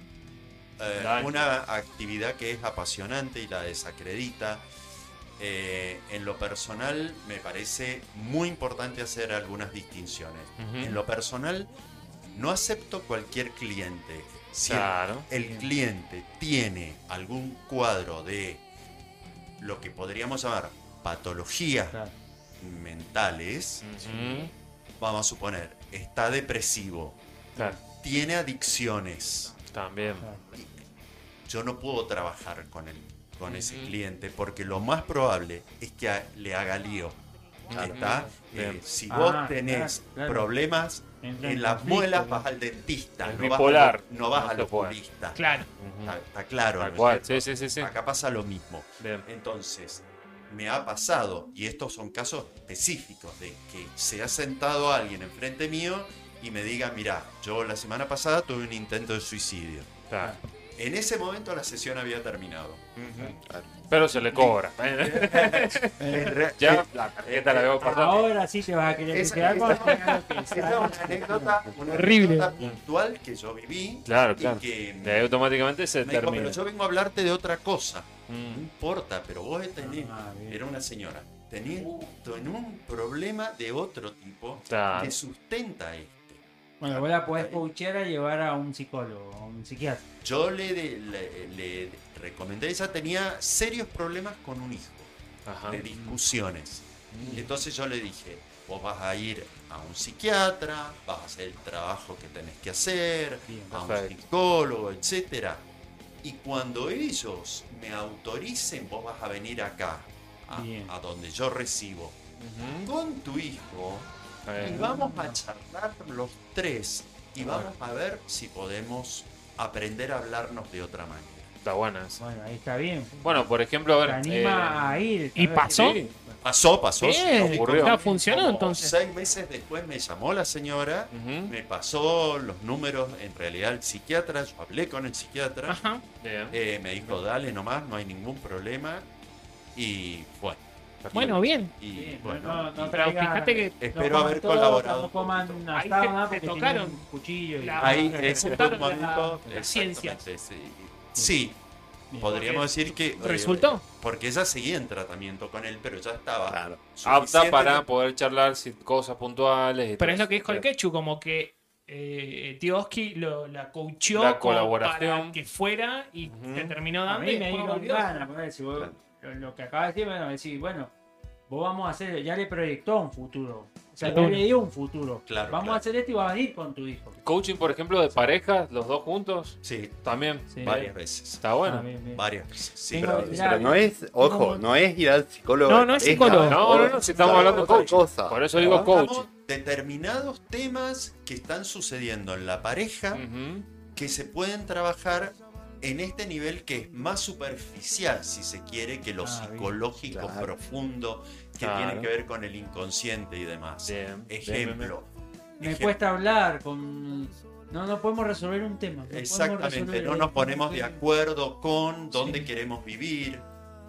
eh,
Daño.
una actividad que es apasionante y la desacredita. Eh, en lo personal me parece muy importante hacer algunas distinciones.
Ujú.
En lo personal no acepto cualquier cliente. Si el-
Claro.
el cliente tiene algún cuadro de lo que podríamos llamar patologías mentales, vamos a suponer, está depresivo, tiene adicciones.
También.
Yo no puedo trabajar con él, con ese
Ujú.
cliente, porque lo más probable es que a- le haga lío.
Claro.
¿Está?
Bien.
Eh, si vos
Ah,
tenés
claro, claro.
problemas
Entra
en
en
las
conflicto,
muelas,
¿no?
vas al dentista,
Es
no vas,
bipolar,
al, no vas
no
al
se puede.
oculista.
Claro.
Está, está claro.
Tal
¿no es
cual,
cierto?
sí, sí, sí, sí.
Acá pasa lo mismo. Entonces, me ha pasado, y estos son casos específicos, de que se ha sentado alguien enfrente mío y me diga, mirá, yo la semana pasada tuve un intento de suicidio. En ese momento la sesión había terminado.
Pero se le cobra.
En re-
ya la tarjeta la veo
Ah,
pasar.
Ahora sí te vas a querer
Esa-
quedar con
esa- esa es una anécdota, una
Horrible.
anécdota puntual que yo viví.
Claro,
y
claro.
que
De ahí automáticamente se
me dijo,
termina.
pero yo vengo a hablarte de otra cosa. No importa, pero vos tenés,
Ah,
era una señora, tenés, tenés un problema de otro tipo
Claro.
que sustenta este. esto.
Bueno, vos la podés coachear a llevar a un psicólogo, a un psiquiatra.
Yo le, de- le- le recomendé, ella tenía serios problemas con un hijo,
Ah.
de discusiones. Y entonces yo le dije, vos vas a ir a un psiquiatra, vas a hacer el trabajo que tenés que hacer, a un
perfecto.
psicólogo, etcétera. Y cuando ellos me autoricen, vos vas a venir acá, a, a donde yo recibo, con tu hijo,
Eh.
y vamos a charlar los tres y vamos a ver si podemos aprender a hablarnos de otra manera.
Está buena esa.
Bueno, ahí está bien.
Bueno, por ejemplo, a ver. eh,
Se
eh,
anima a ir, ¿Y ¿sabes?
pasó?
Sí. Pasó, pasó. sí,
Bien,
ocurrió.
está funcionando,
Como
entonces.
Seis meses después me llamó la señora, me pasó los números, en realidad el psiquiatra, yo hablé con el psiquiatra,
Ah.
eh, me dijo, dale nomás, no hay ningún problema. Y bueno.
Bueno, bien.
Y,
Bien,
bueno,
no- no
y-
traigan-
fíjate que-
Espero
no
haber
coman todo,
colaborado.
No coman
Ahí te-
asado,
te
porque
tocaron
tienen cuchillo. y-
Ahí es un
resultaron
momento.
la- la
exactamente,
ciencia.
Sí, Sí, podríamos decir que. eh,
¿Resultó?
Porque ella seguía en tratamiento con él, pero ya estaba.
Apta
suficiente-
Ah, para poder charlar si- cosas puntuales. y
Pero
todo
es lo que dijo el
Bien.
Quechu, como que eh, Tioski lo, la coacheó
La
como
colaboración.
para que fuera y te terminó
A
dando.
mí
y
me
después
dieron
volvió.
ganas, por decir, vos- lo, lo que acabas de decir, bueno, decir, bueno, vos vamos a hacer, ya le proyectó un futuro. O sea,
Claro.
ya le dio un futuro.
Claro,
vamos
claro.
a hacer esto y vas a venir con tu hijo.
Coaching, por ejemplo, de parejas, los dos juntos.
Sí.
También.
Varias veces.
Está bueno.
Ah, bien, bien.
Varias veces. Sí,
pero,
Tengo-
pero no es, ojo, no es ir al psicólogo.
No, no es psicólogo. No, no, no, si estamos hablando de coaching. Por eso
Ah,
digo
Abordamos
coaching.
Determinados temas que están sucediendo en la pareja
Mm.
que se pueden trabajar en este nivel que es más superficial, si se quiere, que lo
Ah,
psicológico profundo que
Claro.
tiene que ver con el inconsciente y demás. Ejemplo.
Me
Ejemplo.
cuesta hablar con... No, no podemos resolver un tema. no podemos resolver-
Exactamente, no nos ponemos de acuerdo con dónde queremos vivir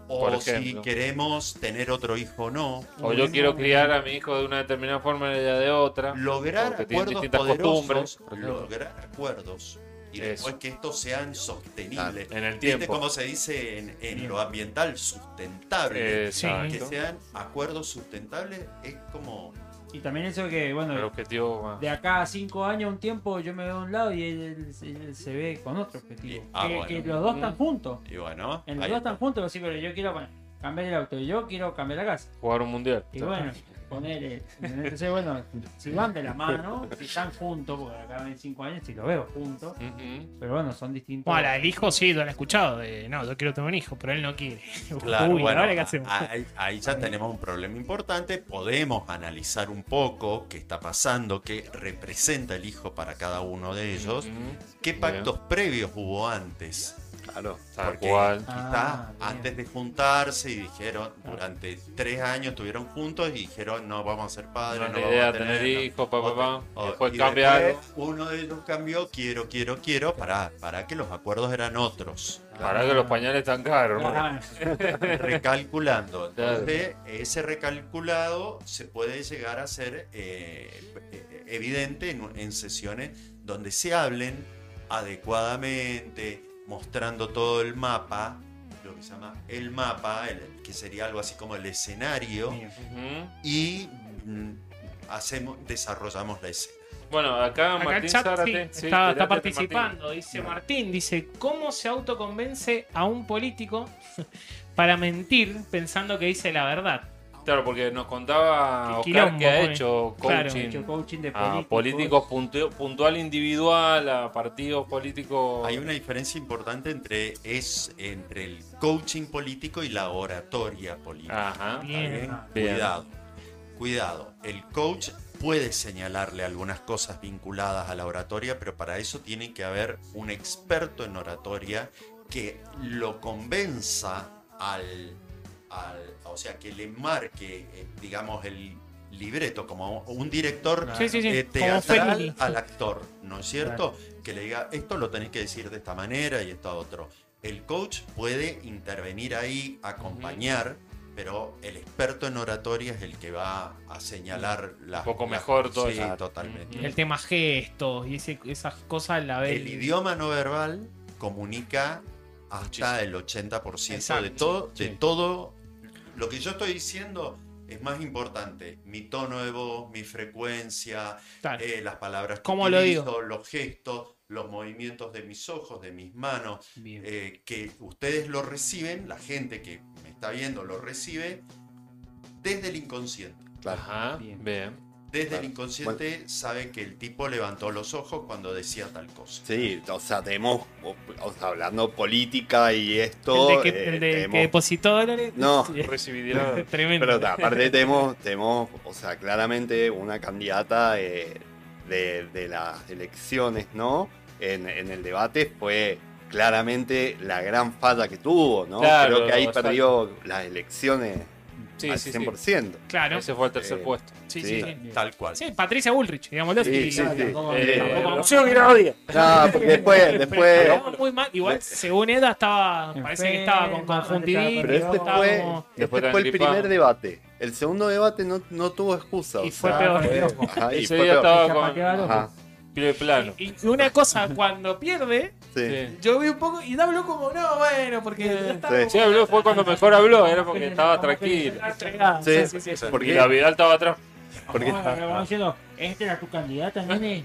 Por
o si
ejemplo.
queremos tener otro hijo o no.
O yo quiero criar a mi hijo de una determinada forma y ella de otra.
lograr
porque tienen
acuerdos
distintas
poderosos,
costumbres. por ejemplo.
lograr acuerdos y después que estos sean sostenibles.
en el
¿Viste
tiempo.
cómo se dice en, en lo ambiental? Sustentable.
Eh, Exacto.
Que sean acuerdos sustentables es como...
Y también eso que, bueno,
El objetivo más.
de acá a cinco años, un tiempo, yo me veo a un lado y él, él se ve con otro objetivo.
ah,
que,
bueno.
que los dos están juntos.
Y bueno,
En los
ahí
dos
está.
están juntos, pero sí, pero yo quiero bueno, cambiar el auto, yo quiero cambiar la casa.
Jugar un mundial.
Y bueno, poner. Entonces, bueno, si van de la mano, si están juntos, porque acá en cinco años, si lo veo juntos. Pero bueno, son distintos.
Bueno, la del hijo sí, lo han escuchado. De, no, yo quiero tener un hijo, pero él no quiere.
Claro,
Uy,
bueno,
ahora qué hacemos.
ahí, ahí ya tenemos un problema importante. Podemos analizar un poco qué está pasando, qué representa el hijo para cada uno de ellos, qué pactos previos hubo antes.
Claro,
porque
cual.
Ah,
quizá antes de juntarse y dijeron, durante tres años estuvieron juntos y dijeron, no vamos a ser padres,
Buena
Ah, no
idea
vamos a tener,
tener
no".
hijos, pa, pa,
Otra-
pa.
o-
Después
y
cambia
después Uno de ellos cambió, quiero, quiero, quiero, para, para que los acuerdos eran otros.
Para que los pañales están
Ah,
caros. ¿no?
recalculando.
Claro.
Entonces, ese recalculado se puede llegar a ser eh, eh, evidente en, en sesiones donde se hablen adecuadamente, mostrando todo el mapa, lo que se llama el mapa, el- que sería algo así como el escenario, y mm, hacemos, desarrollamos la escena.
Bueno, acá,
Acá
Ah, Martín
el chat
Zárate.
sí,
sí,
está,
tirate,
está
Martín.
participando. Dice Martín, dice, ¿cómo se autoconvence a un político para mentir pensando que dice la verdad?
Claro, porque nos contaba
Qué
Oscar
quilombo,
que ha
pone.
hecho
Claro,
coaching,
ha hecho coaching de
a
políticos.
Ah, políticos puntu- puntual individual, a partidos políticos.
Hay una diferencia importante entre, es, entre el coaching político y la oratoria política.
Ajá.
¿Está bien?
Bien.
Cuidado. Cuidado. El coach puede señalarle algunas cosas vinculadas a la oratoria, pero para eso tiene que haber un experto en oratoria que lo convenza al al- o sea, que le marque, eh, digamos, el libreto, como un director
Sí, sí, sí,
eh,
Este,
como
teatral
Fellini.
al actor, ¿no es cierto? Que le diga, esto lo tenés que decir de esta manera y esto otro. El coach puede intervenir ahí, acompañar, pero el experto en oratoria es el que va a señalar las... Un
poco mejor todo
Sí,
eso.
totalmente.
El tema gestos y ese- esas cosas la ve.
El idioma no verbal comunica hasta el 80% de todo, de todo. Lo que yo estoy diciendo es más importante. Mi tono de voz, mi frecuencia,
Claro.
eh, las palabras que
¿Cómo lo digo?
los gestos, los movimientos de mis ojos, de mis manos, eh, que ustedes lo reciben, la gente que me está viendo lo recibe desde el inconsciente.
Ajá, ah, bien.
Desde
Claro.
el inconsciente sabe que el tipo levantó los ojos cuando decía tal cosa.
Sí, o sea, tenemos, o, o sea, hablando política y esto.
El de que,
eh,
el de que
tenemos-
depositó dólares.
No.
Recibirá.
Tremendo.
Pero ta, aparte tenemos, tenemos, o sea, claramente una candidata eh, de, de las elecciones, ¿no? En, en el debate fue claramente la gran falla que tuvo, ¿no?
Claro,
Creo que ahí
exacto.
perdió las elecciones
Sí,
al
sí, sí.
100%.
Claro.
Ese fue el tercer
Eh,
puesto.
Sí, sí, sí.
Tal cual.
Sí, Patricia Bullrich, digámoslo
Sí, sí,
así.
sí.
Tampoco-
Eh,
tampoco vamos-
Rocío Guiraldi.
No, porque después, después. eh,
Pero muy mal. Igual, según Eda, estaba, parece que estaba con conjuntivitis.
Pero este
estaba
fue,
como-
este fue el primer debate. El segundo debate no, no tuvo excusa.
Y
Ah,
fue peor.
Ajá, y
Ese
fue
día
peor.
estaba con-
Ajá,
Pie plano.
Y una cosa, cuando pierde,
sí.
yo vi un poco y Dablo como, no, bueno, porque ya está
Sí.
Sí, habló, fue cuando mejor habló, era porque estaba tranquilo.
entregado.
Sí,
Y
porque-
la Vidal estaba atrás.
Porque-
Ah, pero vamos diciendo, esta era tu
¿Eh?
candidata, nene.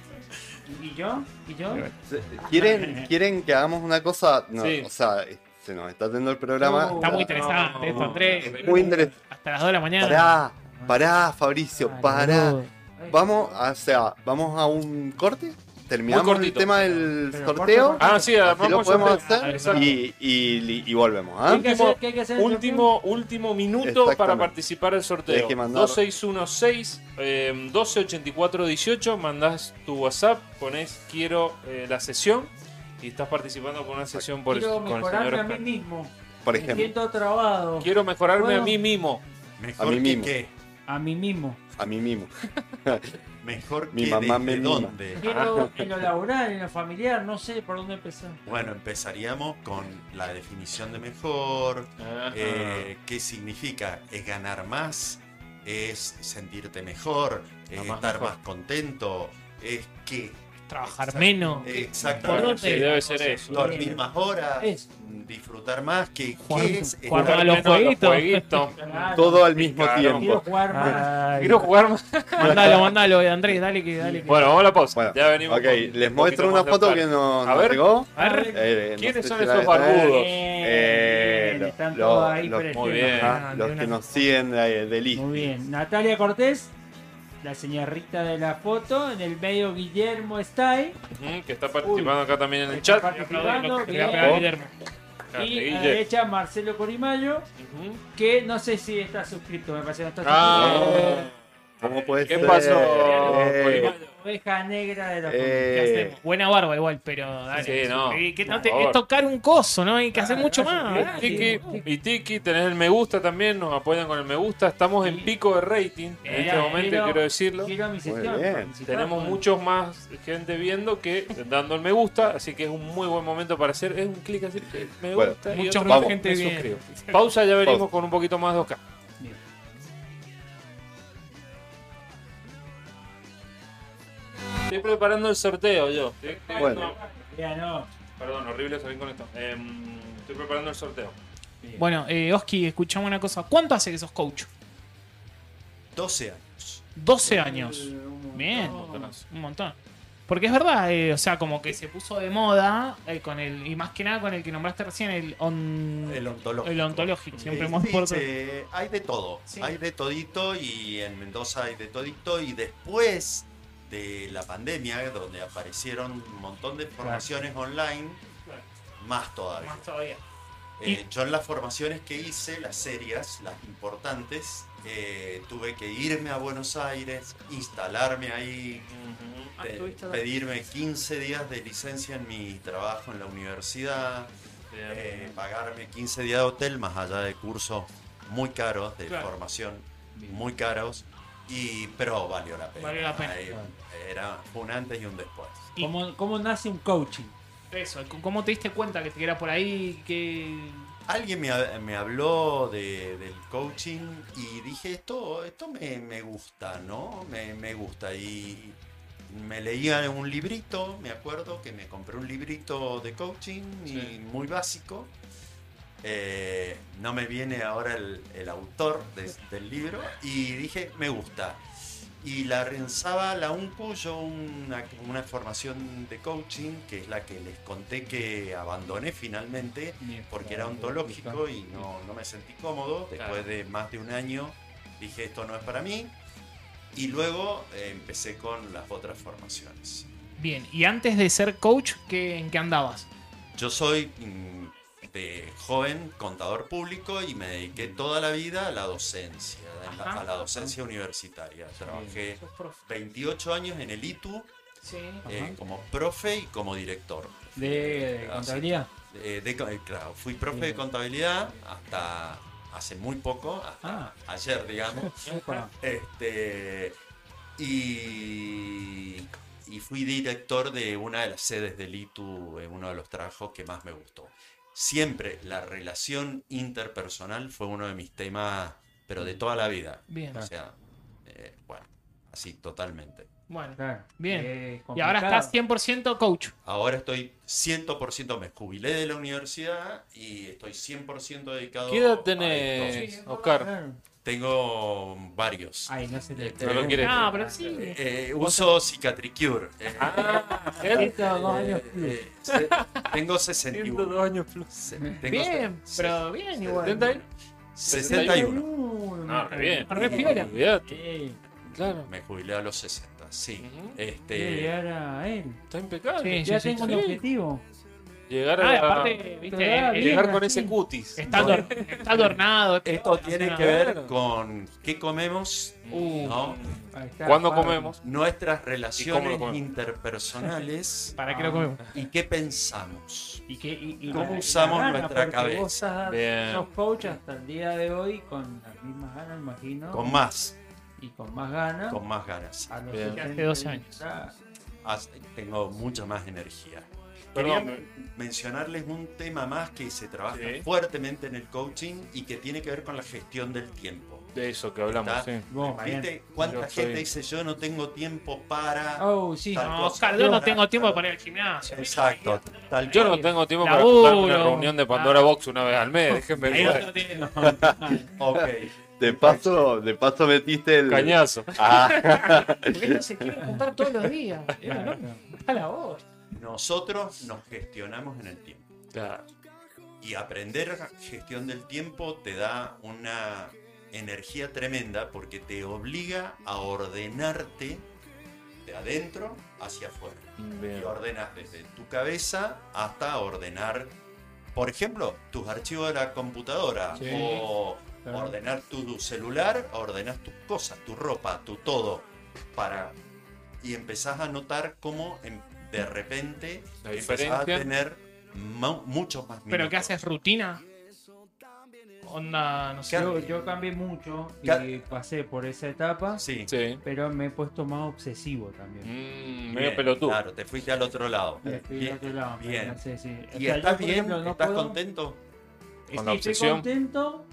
¿Y yo? ¿Y yo?
¿Quieren, ¿Quieren que hagamos una cosa? No,
Sí.
o sea, eh, se nos está yendo el programa.
Está muy interesante esto, Andrés.
Es muy interesante.
Hasta las 2 de la mañana.
Pará, pará, Fabricio, pará.
boludo.
Vamos, o sea, vamos a un corte.
Muy
Terminamos el
cortito.
tema del
Pero
sorteo.
corte, corte.
Ah, sí,
Así
además
lo podemos hacer
Exacto.
y, y- y volvemos. ¿ah?
Hay que hacer- que hay que hacer el
Último, último minuto
Exactamente.
para participar del
Tenés
sorteo.
que mandar-
2616 eh, 128418. Mandás tu WhatsApp, ponés quiero eh, la sesión y estás participando con una sesión por
Quiero
con el señor
mejorarme a mí
Oscar.
mismo.
Por
Me
ejemplo,
siento trabado.
Quiero mejorarme
Bueno.
a mí mismo.
Mejor
A mí
que
mismo.
qué.
A mí mismo.
a mí mismo.
Mejor
Mi
que
mamá
desde
me mima.
dónde.
Ah.
Quiero en lo laboral, en lo familiar, no sé por dónde empezar.
Bueno, empezaríamos con la definición de mejor. eh, ¿Qué significa? ¿Es ganar más? ¿Es sentirte mejor? ¿Es
más
estar
mejor.
más contento? ¿Es qué?
Trabajar menos.
Exactamente.
¿Por dónde?
Sí, debe ser eso.
Dormir más horas.
Eso.
Disfrutar más. ¿Qué,
Jugar-
qué es?
jugar
estar-
a los
Menos
jueguitos.
Claro,
Todo al mismo
Caramba.
Quiero
tiempo. Ah.
jugar más.
Quiero jugar más.
Mandalo, mandalo, eh, Andrés, dale que dale. que-
Bueno, vamos a la pausa.
Bueno,
ya venimos.
ok,
con un
les
poquito
muestro
más
una
de
foto
Oscar.
que nos,
A
nos
ver.
llegó.
A ver,
Eh, no
¿Quiénes
sé
son
si la
esos
ves,
barbudos?
Bien,
Eh, lo-
están
lo-
todos ahí
lo-
presentes.
Muy bien.
Ah,
Ajá, ah, los que nos siguen de, de lista.
Muy bien. Natalia Cortés, la señorita de la foto. En el medio Guillermo Stay.
Ujú, que está participando acá también en el chat.
participando,
Le voy
bien.
a
Oh.
pegar a Guillermo.
Y
Guille.
a la derecha Marcelo Corimayo,
Ujú.
que no sé si está suscrito, me parece que no está suscrito.
Ah,
¿Cómo puede
¿Qué
ser?
pasó,
Este, Eh,
Colimayo?
Oveja negra de la
Eh,
¿Qué hacemos? Buena barba igual, pero dale.
Sí, no.
Eh, que no
Por
te-
favor.
es tocar un coso, ¿no? Hay que hacer mucho más.
Y
dale.
Tiki, y Tiki, tenés el me gusta también, nos apoyan con el me gusta. Estamos en pico de rating en
Eh,
este
Mira,
momento,
quiero-
quiero decirlo.
Quiero mi sesión.
bien.
participar.
Tenemos muchos más gente viendo que dando el me gusta, así que es un muy buen momento para hacer. Es un clic así, eh, me
Bueno,
gusta. y
Mucha
otro,
más
vamos.
gente
me
bien.
suscribo. Pausa, ya venimos con un poquito más de Oscar. Estoy preparando el sorteo yo. Estoy- estoy-
Bueno.
no,
Ya no.
perdón, horrible salir con esto. Em, estoy preparando el sorteo.
Bueno, eh, Oski, escuchame una cosa. ¿Cuánto hace que sos coach?
12 años.
12 años. Bien, un montón. Porque es verdad, eh, o sea, como que se puso de moda eh, con el y más que nada con el que nombraste recién el on-
El ontológico.
Mm. el ontológico, siempre
Eh,
más
sí,
fuerte.
eh, hay de todo,
Sí.
hay de todito y en Mendoza hay de todito y después de la pandemia donde aparecieron un montón de formaciones online, más todavía.
Más todavía.
Eh, yo en las formaciones que hice, las serias, las importantes, eh, tuve que irme a Buenos Aires, instalarme ahí, pe- pedirme 15 días de licencia en mi trabajo
Em,
en la universidad, eh, pagarme 15 días de hotel más allá de cursos muy caros de
Claro.
formación, muy caros, y, pero valió la pena.
Valió la pena.
Ahí, Era un antes y un después.
¿Cómo, cómo nace un coaching?
Eso, ¿cómo te diste cuenta que te era por ahí? Que...
Alguien me, ha- me habló de- del coaching y dije, esto, esto me, me gusta, ¿no? Me, me gusta. Y me leía un librito, me acuerdo que me compré un librito de coaching y muy básico. Eh, no me viene ahora el, el autor de- del libro y dije, me gusta. Y la renzaba la UNCU, yo una, una formación de coaching, que es la que les conté que abandoné finalmente, porque era ontológico y no, no me sentí cómodo. Después de más de un año dije, esto no es para mí. Y luego eh, empecé con las otras formaciones.
Bien, y antes de ser coach, ¿qué, ¿en qué andabas?
Yo soy mm, de joven contador público y me dediqué toda la vida a la docencia, a la,
Ajá.
a la docencia universitaria. Trabajé 28 años en el ITU
Sí.
eh, como profe y como director.
¿De, de
Así-
contabilidad?
eh, de co- eh, claro, fui profe de contabilidad hasta hace muy poco,
Ah.
hasta ayer, digamos.
Epa.
este, y, y fui director de una de las sedes del ITU, en eh, uno de los trabajos que más me gustó. Siempre la relación interpersonal fue uno de mis temas, pero
Mm.
de toda la vida.
Bien.
O sea, eh, bueno, así totalmente.
Bueno,
Claro.
bien.
Eh,
y ahora
complicado.
estás 100% coach.
Ahora estoy 100%, me jubilé de la universidad y estoy 100% dedicado
¿Qué edad
a
tenés,
esto.
Oscar? Este,
Tengo varios.
Ay, no se te
No lo quieres.
Ah, pero sí.
Eh, uso Cicatricure. Eh,
Ah,
eh, se- tengo 61.
102 años plus.
Tengo
bien, pero bien igual.
61.
No, Ah, re bien.
Re piola.
Eh,
Claro.
Me jubilé a los 60, sí.
quiere
Este,
llegar a él.
Está impecable.
Sí,
ya
sí,
tengo
sí,
un
sí.
objetivo.
Llegar a
Ah, aparte, viste,
Pero
eh,
llegar
eh,
con ese cutis.
está, ador- está adornado. este
esto tiene que ver con qué comemos,
Uh,
¿no?
Ahí está,
¿Cuándo
Pablo.
comemos? ¿Y
Nuestras
cómo lo
relaciones
comemos?
interpersonales
¿Para qué lo comemos?
y qué pensamos.
Ah. ¿Y qué, y, y
¿Cómo
la- y la
usamos
gana,
nuestra
porque
cabeza?
Vos sos,
Bien.
sos coach hasta el día de hoy con las mismas ganas, imagino.
Con más,
Y con más ganas.
con más ganas.
A los
Bien.
70
Hace 12 años.
ya-
As- Tengo mucha más energía.
Perdón,
Quería mencionarles un tema más que se trabaja
Sí.
fuertemente en el coaching y que tiene que ver con la gestión del tiempo.
de eso que hablamos,
Está-
sí.
Vos, bien.
¿Viste cuánta
Yo soy-
gente dice yo no tengo tiempo para...
Oh, sí.
tal
No,
cosa"?
Oscar, yo no tengo tiempo para ir al gimnasio.
Exacto. Tal
Yo no tengo tiempo para
Laburo.
juntarme a una reunión de Pandora Box una vez al mes. Déjenme
Ahí
joder.
no tiene- no.
Ok.
De paso, de paso metiste el.
Cañazo.
Ah,
Porque esto se quiere juntar todos los días. Eh, no, a la voz.
Nosotros nos gestionamos en el tiempo.
Claro.
Y aprender gestión del tiempo te da una energía tremenda porque te obliga a ordenarte de adentro hacia afuera.
Bien.
Y ordenas desde tu cabeza hasta ordenar, por ejemplo, tus archivos de la computadora.
Sí.
O
Claro.
ordenar tu celular, ordenas tus cosas, tu ropa, tu todo. Para... Y empezás a notar cómo em- de repente
La
empezás a
diferencia.
tener mu- muchos más
¿Pero qué
minutos.
haces? ¿Rutina? Onda, no sé.
Yo, yo cambié mucho y
Ca-
pasé por esa etapa,
Sí.
Sí.
pero me he puesto más obsesivo también.
Mm,
Bien,
medio pelotudo.
Claro, te fuiste al otro lado.
Y estoy del
Mm, Bien,
otro lado, me
bien.
cansé, sí. O
¿Y
sea,
estás
yo, por
bien?
ejemplo, no
¿Estás
puedo-
contento? Ah,
Con la
Sí, estoy
obsesión.
contento,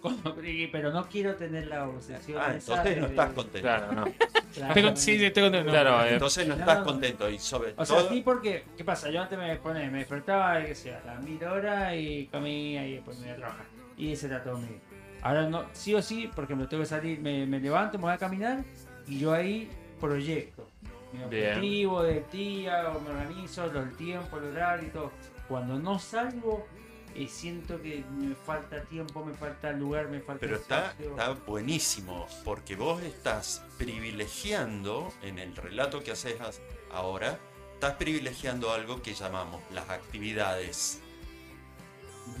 con- pero no quiero tener la obsesión.
Ah,
esa
entonces
de-
no estás contento.
Claro, no.
Claro.
Tengo- sí, sí, tengo- no, no.
Claro, eh,
Entonces no
No,
estás
no.
contento y sobre
O sea,
todo...
sí, porque, ¿qué pasa? Yo antes me ponía, me despertaba, qué sé yo, a las mil horas y comía y después me iba a trabajar. Y ese era todo mi día. Ahora no, sí o sí, por ejemplo, tengo que salir, me, me levanto, me voy a caminar y yo ahí proyecto. Mi
Bien.
objetivo del día, o me organizo, los tiempos, el horario y todo. Cuando no salgo, eh, siento que me falta tiempo, me falta lugar, me falta
Pero está,
espacio.
está buenísimo, porque vos estás privilegiando, en el relato que haces as- ahora, estás privilegiando algo que llamamos las actividades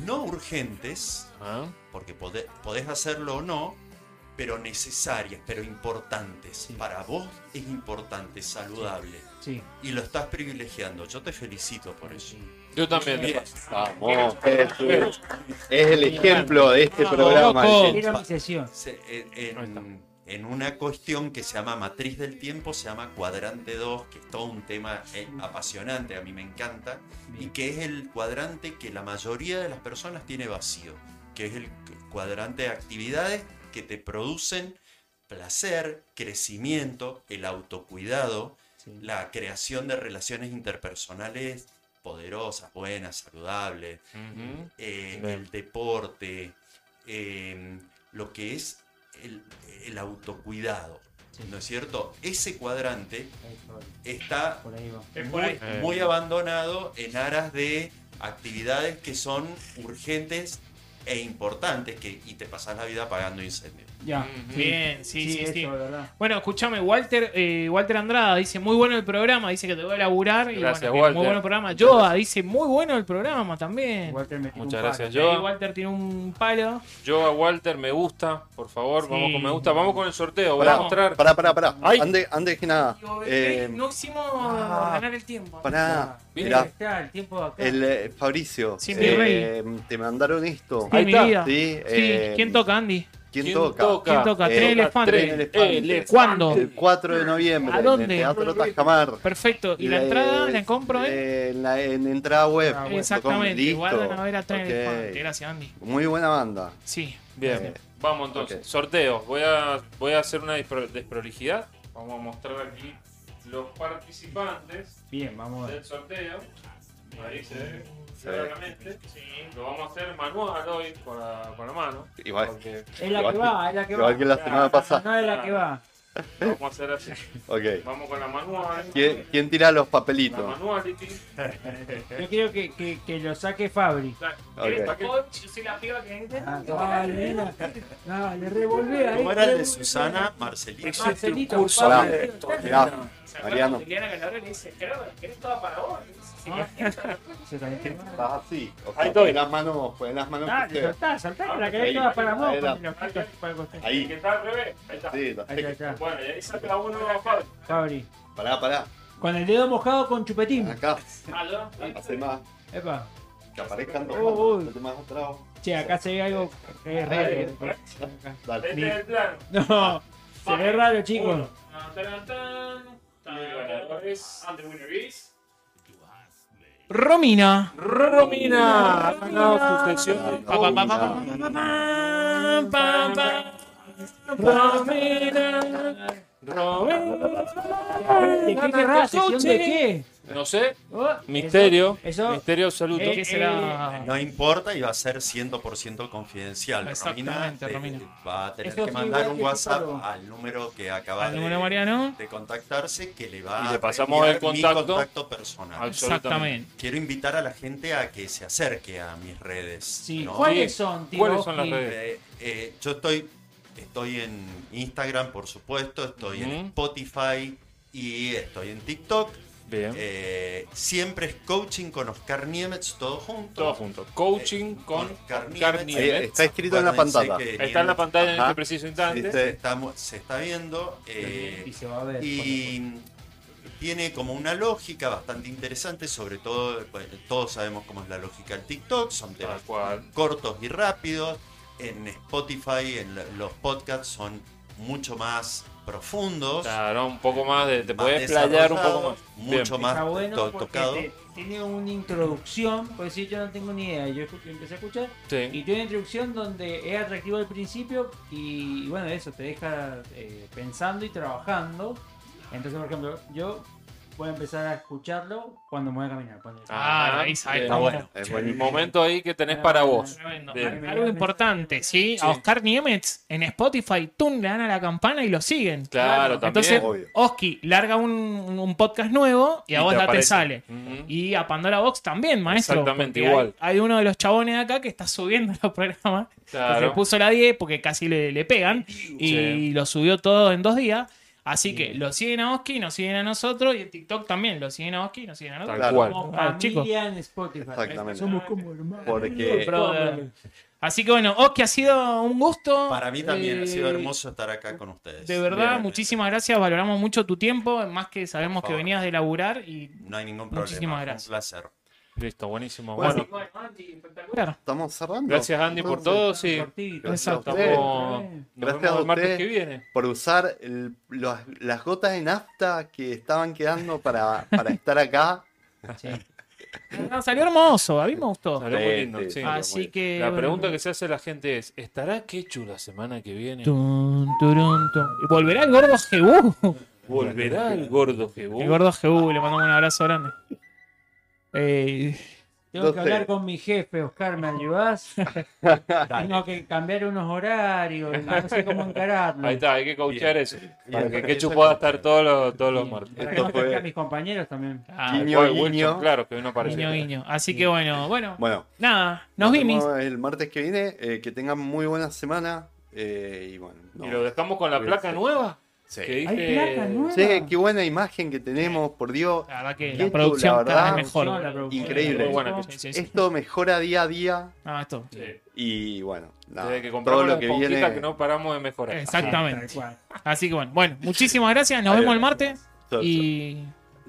no urgentes,
Ah,
porque pode- podés hacerlo o no, pero necesarias, pero importantes. Para vos es importante, saludable.
Sí.
Y lo estás privilegiando. Yo te felicito por eso.
Yo también. Ah.
Bien.
Vamos, Jesús. Es el ejemplo de este programa.
Era mi sesión.
Se- eh, en- en, en una cuestión que se llama matriz del tiempo, se llama cuadrante 2, que es todo un tema eh, apasionante, a mí me encanta, y que es el cuadrante que la mayoría de las personas tiene vacío, que es el cuadrante de actividades que te producen placer, crecimiento, el autocuidado, la creación de relaciones interpersonales poderosas, buenas, saludables,
Ujú.
eh,
Bien.
el deporte, eh, lo que es el, el autocuidado. ¿No es cierto? Ese cuadrante está
Es por
muy,
ahí.
muy
Eh.
abandonado en aras de actividades que son urgentes e importantes que, y te pasas la vida pagando incendios.
Ya.
Bien, sí, sí, sí.
eso, de verdad.
Bueno, escúchame, Walter, eh, Walter Andrada dice muy bueno el programa, dice que te voy a laburar. y
Gracias,
bueno, que
Walter.
Muy bueno el programa. Yoda dice muy bueno el programa también.
Walter me
Muchas gracias,
Ahí
Joa.
Walter tiene un palo.
Joa, Walter, me gusta, por favor. Vamos con me gusta. Vamos con el sorteo. Voy a
Pará,
mostrar.
pará, pará, pará. Antes, antes que nada, eh,
no hicimos
Ah.
ganar el tiempo.
pará,
Bien,
mirá,
está Ah. este, el tiempo acá.
el, eh, Fabricio,
Sí, mi
eh, te mandaron esto.
Ahí mi está. vida.
Sí,
Sí,
eh,
¿Quién toca, Andy?
¿Quién, toca?
¿Quién toca?
Eh,
Tres elefantes.
Eh,
¿Cuándo?
El 4 de noviembre.
¿A dónde?
En el Teatro Tajamar.
Perfecto. ¿Y la entrada la compro en?
eh, en? la, en entrada web.
Exactamente.
Ah, Listo.
Igual van a ver a tres
Ok.
elefantes. Gracias, Andy.
Muy buena banda.
Sí.
Bien, vamos entonces. Sorteo. Voy a, voy a hacer una despro- desprolijidad. Vamos a mostrar aquí los participantes
Bien, vamos a ver.
del sorteo. Ahí se ve
Se ve.
claramente. Lo vamos a hacer manual hoy con la, con la mano.
Igual.
porque
Es la
Igual
que va, es la que
igual
va.
que la semana pasada.
No es la que va.
lo vamos a hacer así.
Ok.
Vamos con la manual.
¿Quién, quién tira los
La
papelitos?
manuality.
Yo quiero que, que, que lo saque Fabri. Ah,
Ok.
Yo soy la piba que entra.
Dale, nena. dale, revolvé ahí.
¿Cómo era el de Susana Marcelino?
Marcelito,
Pará,
Fabri, dale.
mirá, Mariano.
Liliana Calabro le dice, creo que eres toda para vos.
Estás así. O sea,
Ahí estoy.
pon las manos, pon las manos. que
Dale,
ustedes-
saltá, saltá, la
Ahí,
querés toda para vos.
Ah, ahí la-
ponele los quitos para el costado.
Ahí.
Que está al revés. Ahí está.
Sí, la-
Ahí está, está.
Bueno, y ahí saca uno a Fabio.
Fabri.
Pará, pará.
Con el dedo mojado con chupetín.
Acá.
Aló.
Hace más.
Epa.
Que aparezcan los
Uy,
manos.
uy.
Hace más atrás.
Oh, Che, acá se ve algo que es
Ahí, ahí,
raro.
Dale.
Este es el plano.
No, se ve raro, chicos.
Tan, tan, tan. Y el ganador es Andrew Winner is-
Romina.
Romina ha ganado su sesión de
Pa, pa, pa, pa,
Romina.
pa, pa, pa, pa, pa. Romina.
¿De qué querrás? ¿Sesión de qué?
No sé,
Oh,
misterio,
Eso-
misterio absoluto.
Eh, ¿Qué será?
No importa y va a ser 100% confidencial.
Exactamente,
te-
Romina.
va a tener
Eso
que
sí,
mandar
igual
un
que
WhatsApp
Gonzalo.
al número que acaba
Al
de,
número Mariano.
de contactarse que le va
Y le
a
pasamos
enviar
el contacto.
mi contacto personal.
Absolutamente.
Exactamente.
Quiero invitar a la gente a que se acerque a mis redes.
Sí,
¿no?
¿Cuáles son, tío?
¿Cuáles son las
Y-
redes?
Eh, eh, yo estoy, estoy en Instagram, por supuesto, estoy en
Ujú.
Spotify y estoy en TikTok.
Bien.
Eh, siempre es coaching con Oscar Niemetz, todo junto. Eh,
Todo junto. Coaching con
Oscar
Oscar
Niemetz.
Ahí,
Niemetz.
está escrito en la
Acuérdense
pantalla.
que
Está en la
Niemetz
pantalla en
Ajá.
este preciso instante.
Sí, sí.
estamos- se está viendo. eh,
Y se va a ver.
y tiene como una lógica bastante interesante, sobre todo, bueno, todos sabemos cómo es la lógica del TikTok, son temas
cual.
cortos y rápidos, en Spotify en la- los podcasts son mucho más profundos,
Claro, un poco más de. Te
más
puedes playar un poco más.
desarrollados, mucho
Está
más
bueno pues,
to-
porque
tocado.
te- tiene una introducción, pues si yo no tengo ni idea, yo escu- empecé a escuchar
Bien. Sí.
y tiene una introducción donde es atractivo al principio y, y bueno, eso te deja eh, pensando y trabajando. Entonces, por ejemplo, yo voy a empezar a escucharlo cuando me voy a caminar. ponele.
Ah, ahí está, ahí está
Bien.
bueno. Ah,
Es
El
buenísimo.
momento ahí que tenés para vos.
Tremendo.
Bien.
Algo importante, ¿sí? A Oscar Niemetz en Spotify, tun, le dan a la campana y lo siguen.
Claro, también.
Entonces,
Obvio.
Oski larga un, un podcast nuevo y a
Y
vos
te
ya
aparece.
te sale.
Ujú.
Y a Pandora Box también, maestro.
Exactamente,
porque
igual.
Hay, hay uno de los chabones de acá que está subiendo los programas.
Claro.
Que se puso la 10 porque casi le, le pegan. Y
Sí.
lo subió todo en dos días. Así que lo siguen a Oski, nos siguen a nosotros. Y en TikTok también lo siguen a Oski, nos siguen a
Tal
nosotros.
Claro.
cual.
Como familia
Ah, chicos.
en Spotify.
Exactamente.
Somos como hermanos.
Porque
Brother. Así que bueno, Oski, ha sido un gusto.
Para mí también ha sido
Eh,
hermoso estar acá con ustedes.
De verdad,
Realmente.
muchísimas gracias. Valoramos mucho tu tiempo, más que sabemos que
favor.
venías de laburar y
No hay ningún problema.
muchísimas
fue
gracias.
Un placer.
Listo, buenísimo.
Bueno,
Bueno,
Estamos cerrando.
Gracias, Andy, por todo, sí.
Cortito.
Exacto.
a ustedes.
Estamos- nos
Gracias
vemos
a
el martes
ustedes
que viene.
por usar el- los- las gotas de nafta que estaban quedando para, para estar acá.
No, salió hermoso, a mí me gustó.
Salió muy lindo, sí.
Así que.
La
bueno.
pregunta que se hace la gente es: ¿estará Quechu la semana que viene?
Tun, turun, tun. ¿Volverá el gordo Jebú?
¿Volverá el gordo que
El gordo Jebú, le mandamos un abrazo grande. Eh,
Tengo que hablar con mi jefe, Oscar, ¿me ayudás? Tengo que cambiar unos horarios, no sé cómo encararlo.
Ahí está, hay que coachar eso. Para
Bien.
que Quechu pueda estar todos los, todos los martes.
Para que no afecte a mis compañeros también.
Ah,
Guiño, Wilson, guiño. claro, que hoy no apareció.
guiño, guiño. Así que bueno, bueno.
Bueno.
Nada, nos vimos.
vemos el martes que viene. Eh, que tengan muy buena semana. eh, y bueno.
Y lo dejamos con la placa nueva.
Sí.
Que dice-
Sí, qué buena imagen que tenemos, por
Ah,
Dios.
La verdad que la
Esto,
producción
la
cada
verdad,
vez mejor.
no, la producción Increíble.
Muy buena,
Sí,
sí, sí.
Esto mejora día a día
Ah, esto.
y bueno, nada,
Desde que
todo
compramos
lo
las
que
conquistas
viene.
que no paramos de mejorar.
Exactamente. Así que bueno, bueno, muchísimas gracias. Nos vemos el martes. Y.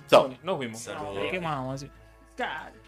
Chao.
Nos vimos.
¿Qué más vamos a decir?